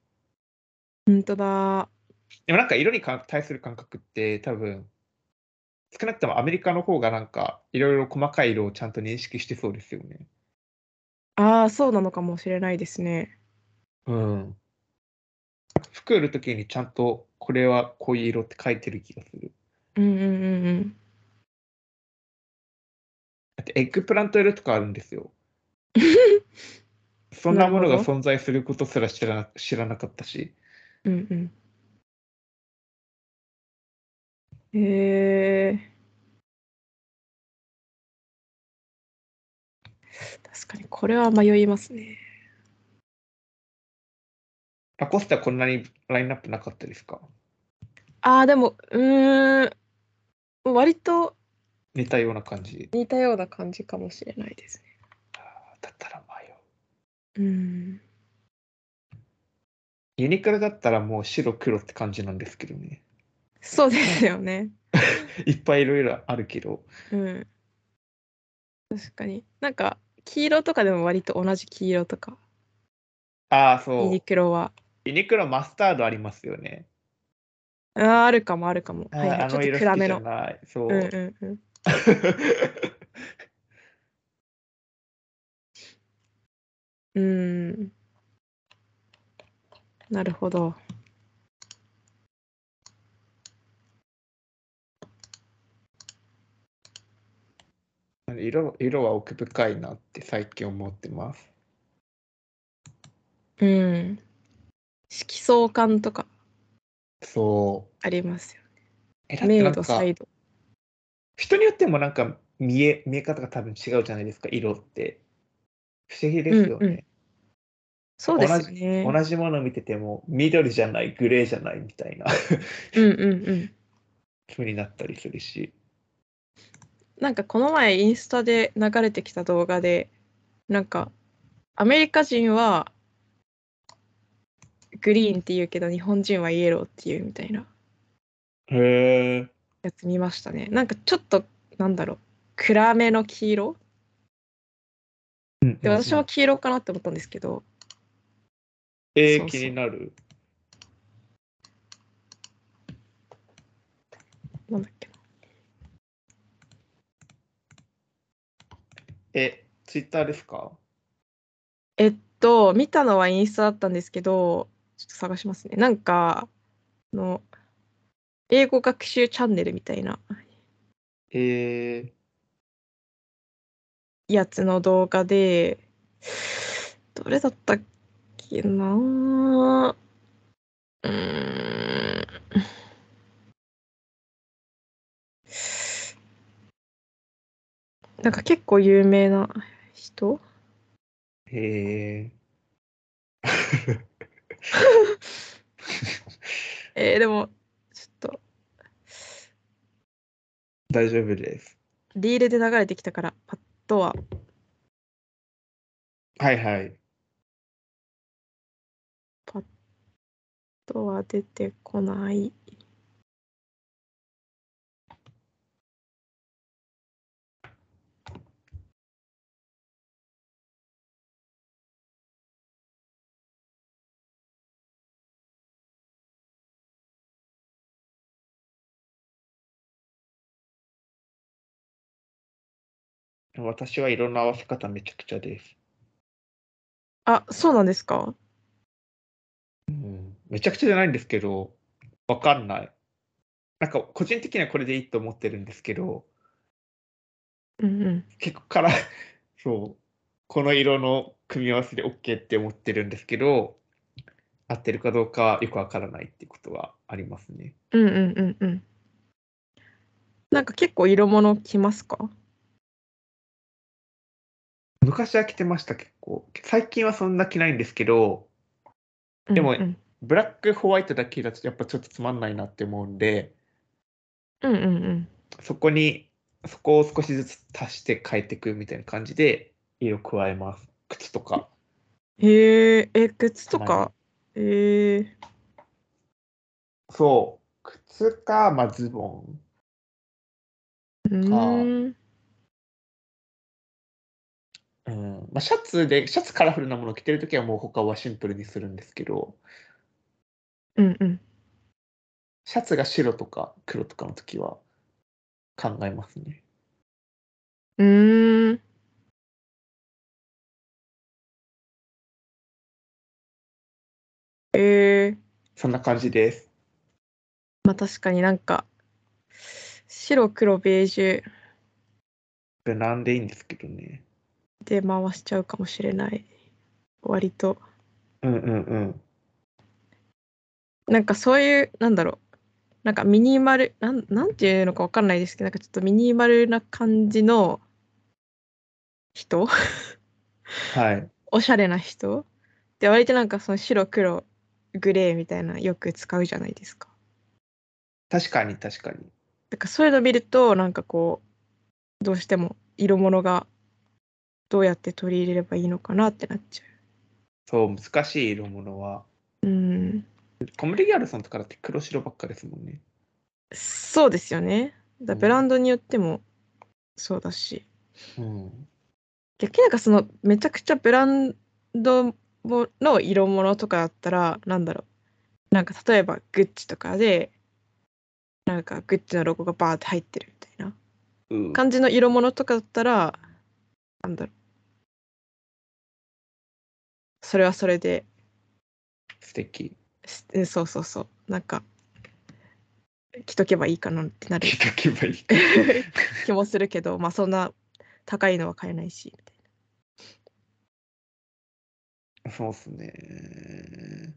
Speaker 2: 本当だ
Speaker 1: でもなんか色にか対する感覚って多分、少なくともアメリカの方がなんかいろいろ細かい色をちゃんと認識してそうですよね。
Speaker 2: ああ、そうなのかもしれないですね。
Speaker 1: うん。服売るときにちゃんとこれはこういう色って書いてる気がする。
Speaker 2: うんうんうんうん。
Speaker 1: だってエッグプラント色とかあるんですよ。そんなもの
Speaker 2: な
Speaker 1: が
Speaker 2: る
Speaker 1: 存在することすら知らな知らなかったし。
Speaker 2: うんうん。へえ確かにこれは迷いますね。
Speaker 1: ラコスタこんなにラインナップなかったですか
Speaker 2: ああでもうーん割と
Speaker 1: 似たような感じ。
Speaker 2: 似たような感じかもしれないですね。
Speaker 1: だったら迷う。
Speaker 2: うん。
Speaker 1: ユニクロだったらもう白黒って感じなんですけどね。
Speaker 2: そうですよね。
Speaker 1: いっぱいいろいろあるけど。
Speaker 2: うん。確かになんか黄色とかでも割と同じ黄色とか
Speaker 1: ああ、
Speaker 2: ユ
Speaker 1: そ
Speaker 2: ニ
Speaker 1: う。
Speaker 2: クロは
Speaker 1: ユニクロマスタードありますよね。
Speaker 2: あーあるかもあるかも。
Speaker 1: あ
Speaker 2: はいは
Speaker 1: ーあ
Speaker 2: い、ちょ
Speaker 1: の
Speaker 2: っと
Speaker 1: 色
Speaker 2: 暗
Speaker 1: 好き
Speaker 2: め
Speaker 1: じゃ
Speaker 2: の。
Speaker 1: ない。そう。
Speaker 2: うんうんうん。うーん。なるほど。
Speaker 1: [laughs] 色色は奥深いなって最近思ってます。
Speaker 2: うん。色相感とか
Speaker 1: そう。
Speaker 2: ありますよ。
Speaker 1: えだって
Speaker 2: 明
Speaker 1: なん
Speaker 2: 度、サ
Speaker 1: か
Speaker 2: イド。
Speaker 1: 人によってもなんか見え見え方が多分違うじゃないですか色って不思議ですよね、
Speaker 2: そうですよね。
Speaker 1: 同じもの見てても緑じゃないグレーじゃないみたいな [laughs]
Speaker 2: うんうんうん。
Speaker 1: 風になったりするし
Speaker 2: なんかこの前インスタで流れてきた動画で、なんかアメリカ人はグリーンって言うけど日本人はイエローって言うみたいな
Speaker 1: へえ
Speaker 2: やつ見ましたね。なんかちょっとなんだろう暗めの黄色で私は黄色かなって思ったんですけど、
Speaker 1: えー
Speaker 2: そうそう
Speaker 1: 気になる
Speaker 2: なんだっけな。
Speaker 1: えツイッターですか
Speaker 2: えっと、見たのはインスタだったんですけど、ちょっと探しますね。なんか、あの英語学習チャンネルみたいな
Speaker 1: えー、
Speaker 2: やつの動画で、どれだったっけなうーん。なんか結構有名な人
Speaker 1: え
Speaker 2: えーでも、ちょっと、
Speaker 1: ー、大丈夫です
Speaker 2: リールで流れてきたから、パッとは
Speaker 1: はいはい
Speaker 2: あとは出てこない。
Speaker 1: 私はいろんな合わせ方めちゃくちゃです、
Speaker 2: あ、そうなんですか
Speaker 1: うん、めちゃくちゃじゃないんですけどわかんないなんか個人的にはこれでいいと思ってるんですけど
Speaker 2: うんうん。
Speaker 1: 結構から [laughs] そうこの色の組み合わせで OK って思ってるんですけど合ってるかどうかよくわからないっていうことはありますね
Speaker 2: うんうんうんうん。なんか結構色物着ますか
Speaker 1: 昔は着てました結構最近はそんな着ないんですけどでも
Speaker 2: うん
Speaker 1: ブラックホワイトだけだとやっぱちょっとつまんないなって思うんで
Speaker 2: うんうんうん
Speaker 1: そこにそこを少しずつ足して変えていくみたいな感じで色加えます靴とか
Speaker 2: うん。へえ、え、靴
Speaker 1: た
Speaker 2: と
Speaker 1: ま
Speaker 2: か。へえ。
Speaker 1: そう靴か、まあ、ズボン
Speaker 2: うーん。
Speaker 1: うんまあ、シャツで、シャツカラフルなものを着てるときはもう他はシンプルにするんですけど、
Speaker 2: うんうん。
Speaker 1: シャツが白とか黒とかの時は考えますね。
Speaker 2: うーん。えー、
Speaker 1: そんな感じです。
Speaker 2: まあ確かになんか白黒ベージュ
Speaker 1: 無難でいいんですけどね。
Speaker 2: で回しちゃうかもしれない割と
Speaker 1: うんうんうん。
Speaker 2: なんかそういうなんだろうなんかミニマルなんなんていうのかわかんないですけどなんかちょっとミニマルな感じの人 [laughs]
Speaker 1: はい。
Speaker 2: おしゃれな人で割となんかその白黒グレーみたいなのよく使うじゃないですか。
Speaker 1: 確かに確かに。
Speaker 2: だからそういうの見るとなんかこうどうしても色物がどうやって取り入れればいいのかなってなっちゃ
Speaker 1: そう、難しい色物は。
Speaker 2: う。うん
Speaker 1: コムデギャルソンとかだって黒白ばっかですもんね。
Speaker 2: そうですよね。だ
Speaker 1: うん
Speaker 2: ブランドによってもそうだし
Speaker 1: うん。
Speaker 2: 逆になんかそのめちゃくちゃブランドもの色物とかだったらなんだろうなんか例えばグッチとかでなんかグッチのロゴがバーって入ってるみたいな
Speaker 1: うん、
Speaker 2: 感じの色物とかだったらなんだろうそれはそれで
Speaker 1: 素敵。
Speaker 2: すうんそうそうそうなんか着とけばいいかなってなる
Speaker 1: 着とけばいい。
Speaker 2: 気もするけどまあそんな高いのは買えないしみたいな
Speaker 1: そうっすね。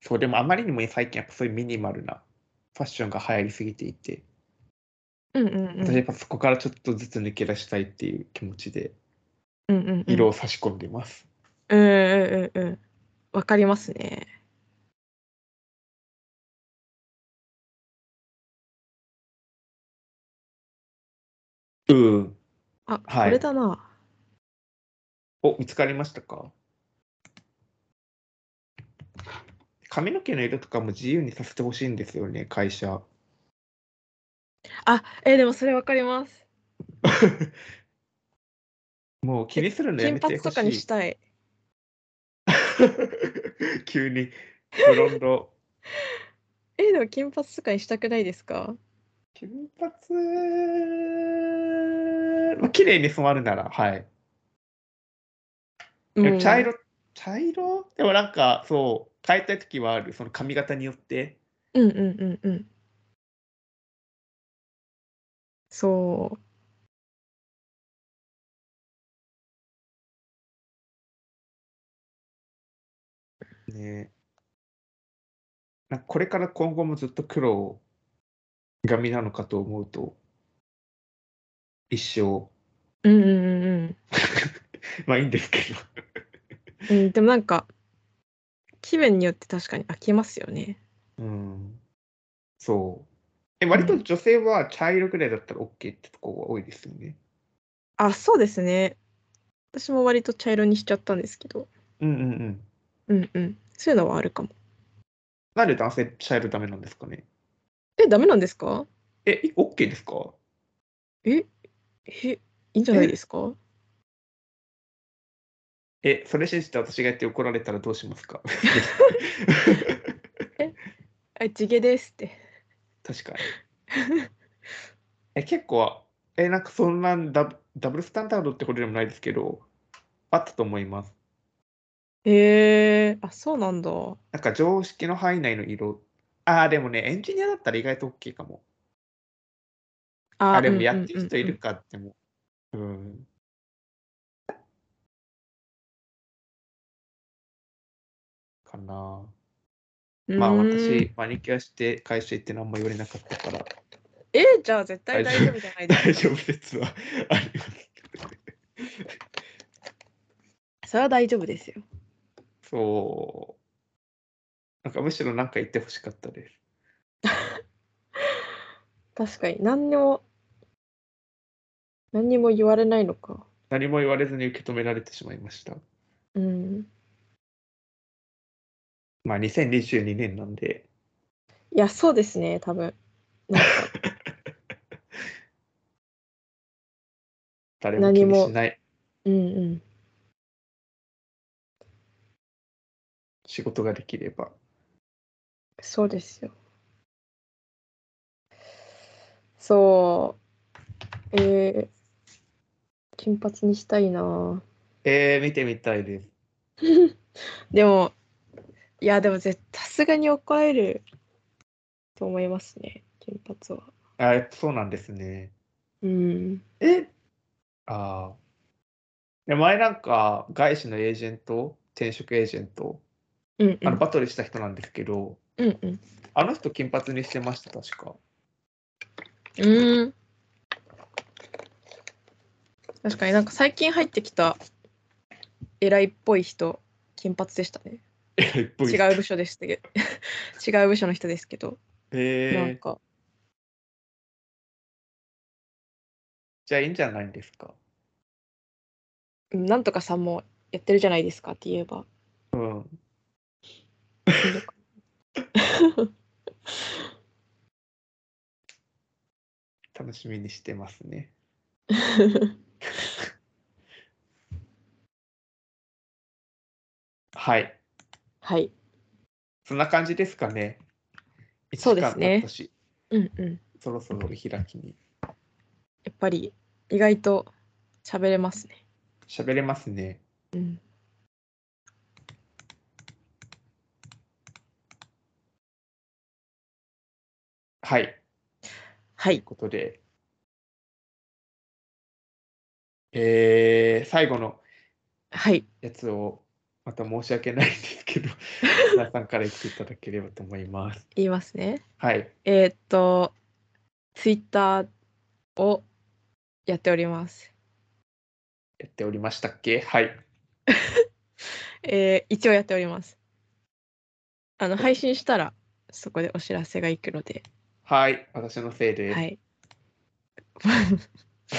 Speaker 1: そう、でもあまりにも最近やっぱそういうミニマルなファッションが流行りすぎていて、
Speaker 2: うんうんうん
Speaker 1: 私やっぱそこからちょっとずつ抜け出したいっていう気持ちで
Speaker 2: うんうんうん
Speaker 1: 色を差し込んでます。
Speaker 2: うんうんうんうん。わかりますね。
Speaker 1: うん。
Speaker 2: あ、
Speaker 1: はい
Speaker 2: これだな。
Speaker 1: お、見つかりましたか髪の毛の色とかも自由にさせてほしいんですよね、会社。
Speaker 2: あ、えーでもそれわかります。
Speaker 1: [laughs] もう気にするのや
Speaker 2: 金
Speaker 1: めて
Speaker 2: 髪
Speaker 1: ほ
Speaker 2: と
Speaker 1: し
Speaker 2: かに
Speaker 1: い
Speaker 2: し。たい。
Speaker 1: [laughs] 急にブロンド。
Speaker 2: えーでも金髪とかにしたくないですか
Speaker 1: 金髪、まあ綺麗に染まるなら、はい。でも茶
Speaker 2: うん
Speaker 1: 色、茶色でもなんか、そう、変えたい時はある、その髪型によって。
Speaker 2: うんうんうんうん。そう。
Speaker 1: ね。なんかこれから今後もずっと黒を、髪なのかと思うと、一生、
Speaker 2: うんうんうん
Speaker 1: まあいいんですけど。
Speaker 2: うん。うん、でもなんか、気分によって確かに飽きますよね。
Speaker 1: うん。そう。え、割と女性は茶色ぐらいだったら OK ってとこが多いですよね。
Speaker 2: あ、そうですね。私も割と茶色にしちゃったんですけど。
Speaker 1: うんうんうん。
Speaker 2: うんうん。そういうのはあるかも。
Speaker 1: なんで男性茶色ダメなんですかね
Speaker 2: え、ダメなんですか
Speaker 1: え、OK ですか
Speaker 2: え、いいんじゃないですか
Speaker 1: え、それ信じて私がやって怒られたらどうし [laughs] ますか
Speaker 2: あ、地毛ですって。
Speaker 1: 確かに。 [laughs] え、結構、え、なんかそんなんダブダブルスタンダードってことでもないですけど、あったと思います。
Speaker 2: へえー、あ、そうなんだ。う
Speaker 1: なんか常識の範囲内の色。ああ、でもね、エンジニアだったら意外と OK かも。
Speaker 2: あ
Speaker 1: あ、でも
Speaker 2: うん
Speaker 1: やってる人いる
Speaker 2: うん
Speaker 1: かっても。うん。かなあ。
Speaker 2: うんうん
Speaker 1: まあ
Speaker 2: うーん
Speaker 1: 私、マニキュアして会社行って何も言われなかったから、
Speaker 2: えじゃあ絶対大丈夫じゃないですか。
Speaker 1: 大丈夫です [laughs] はあります。
Speaker 2: [laughs] それは大丈夫ですよ。
Speaker 1: そう。なんかむしろなんか言ってほしかったです。
Speaker 2: 確かに、何にも、何にも言われないのか。
Speaker 1: 何も言われずに受け止められてしまいました。
Speaker 2: うん。
Speaker 1: まあ2022年なんで、
Speaker 2: いや、そうですね、多分。なんか
Speaker 1: 誰も気
Speaker 2: 何
Speaker 1: に
Speaker 2: も
Speaker 1: しない。
Speaker 2: うんうん。
Speaker 1: 仕事ができれば。
Speaker 2: そうですよ。そう。えー、金髪にしたいな
Speaker 1: えー、見てみたいです。
Speaker 2: でも、いや、でも絶対さすがに怒られると思いますね、金髪は。
Speaker 1: あ、やっぱそうなんですね。
Speaker 2: うん。
Speaker 1: えああ。で前なんか、外資のエージェント、転職エージェント、
Speaker 2: うん、う
Speaker 1: あの
Speaker 2: ん。
Speaker 1: バトルした人なんですけど、
Speaker 2: うん、うん。
Speaker 1: あの人金髪にしてました、確か。
Speaker 2: うん。確かになんか最近入ってきた偉いっぽい人、金髪でしたね。
Speaker 1: 違
Speaker 2: [laughs] 違う部署でしたけど、 [laughs] 違う部署の人ですけど、なん
Speaker 1: えー、
Speaker 2: か、
Speaker 1: じゃあいいんじゃないんですか。
Speaker 2: うんなんとかさんもやってるじゃないですかって言えば。
Speaker 1: うん。
Speaker 2: いいのか
Speaker 1: 楽しみにしてますね。はい。
Speaker 2: はい。
Speaker 1: そんな感じですかね。一
Speaker 2: そうです
Speaker 1: 時間
Speaker 2: ね
Speaker 1: 経ったし
Speaker 2: うんうん。
Speaker 1: そろそろ見開きに。
Speaker 2: やっぱり意外と喋れますね。
Speaker 1: 喋れますね。
Speaker 2: うん。
Speaker 1: はい。
Speaker 2: は
Speaker 1: とい。
Speaker 2: いう
Speaker 1: ことで。えー、最後の
Speaker 2: はい。
Speaker 1: やつを、また申し訳ないんです
Speaker 2: [laughs]
Speaker 1: けど、皆さんから言っていただければと思います。
Speaker 2: 言いますね。
Speaker 1: はい。
Speaker 2: えーっと、ツイッターをやっております。
Speaker 1: やっておりましたっけはい。
Speaker 2: えー一応やっております。あの、配信したら、そこでお知らせがいくので、
Speaker 1: はい。私のせいです。
Speaker 2: はい。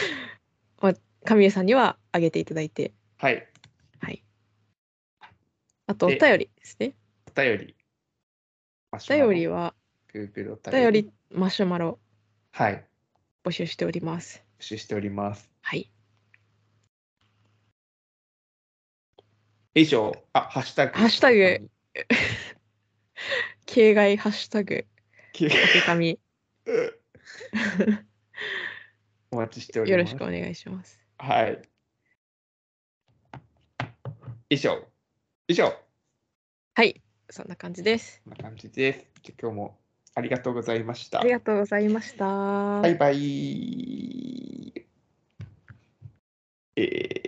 Speaker 2: [laughs] まあ、神江さんにはあげていただいて、
Speaker 1: はい。
Speaker 2: はい。あと、お
Speaker 1: で
Speaker 2: 便りですね。
Speaker 1: お便り。マシ
Speaker 2: お
Speaker 1: ュマロ
Speaker 2: 便りは、
Speaker 1: Google お
Speaker 2: お便り、マシュマロ
Speaker 1: はい。
Speaker 2: 募集しております。
Speaker 1: 募集しております。
Speaker 2: はい。
Speaker 1: 以上、あ、ハッシュタグ。
Speaker 2: ハッシュタグ。形骸ハッシュタグ、お手紙、
Speaker 1: [laughs] お待ちしており
Speaker 2: よ
Speaker 1: ま
Speaker 2: ろ
Speaker 1: す。
Speaker 2: しくお願いします。
Speaker 1: はい。以上。以上。こ
Speaker 2: はい。そんな感じです。
Speaker 1: んな感じです。じゃあ今日もありがとうございました。
Speaker 2: ありがとうございました。
Speaker 1: バイバイ。えー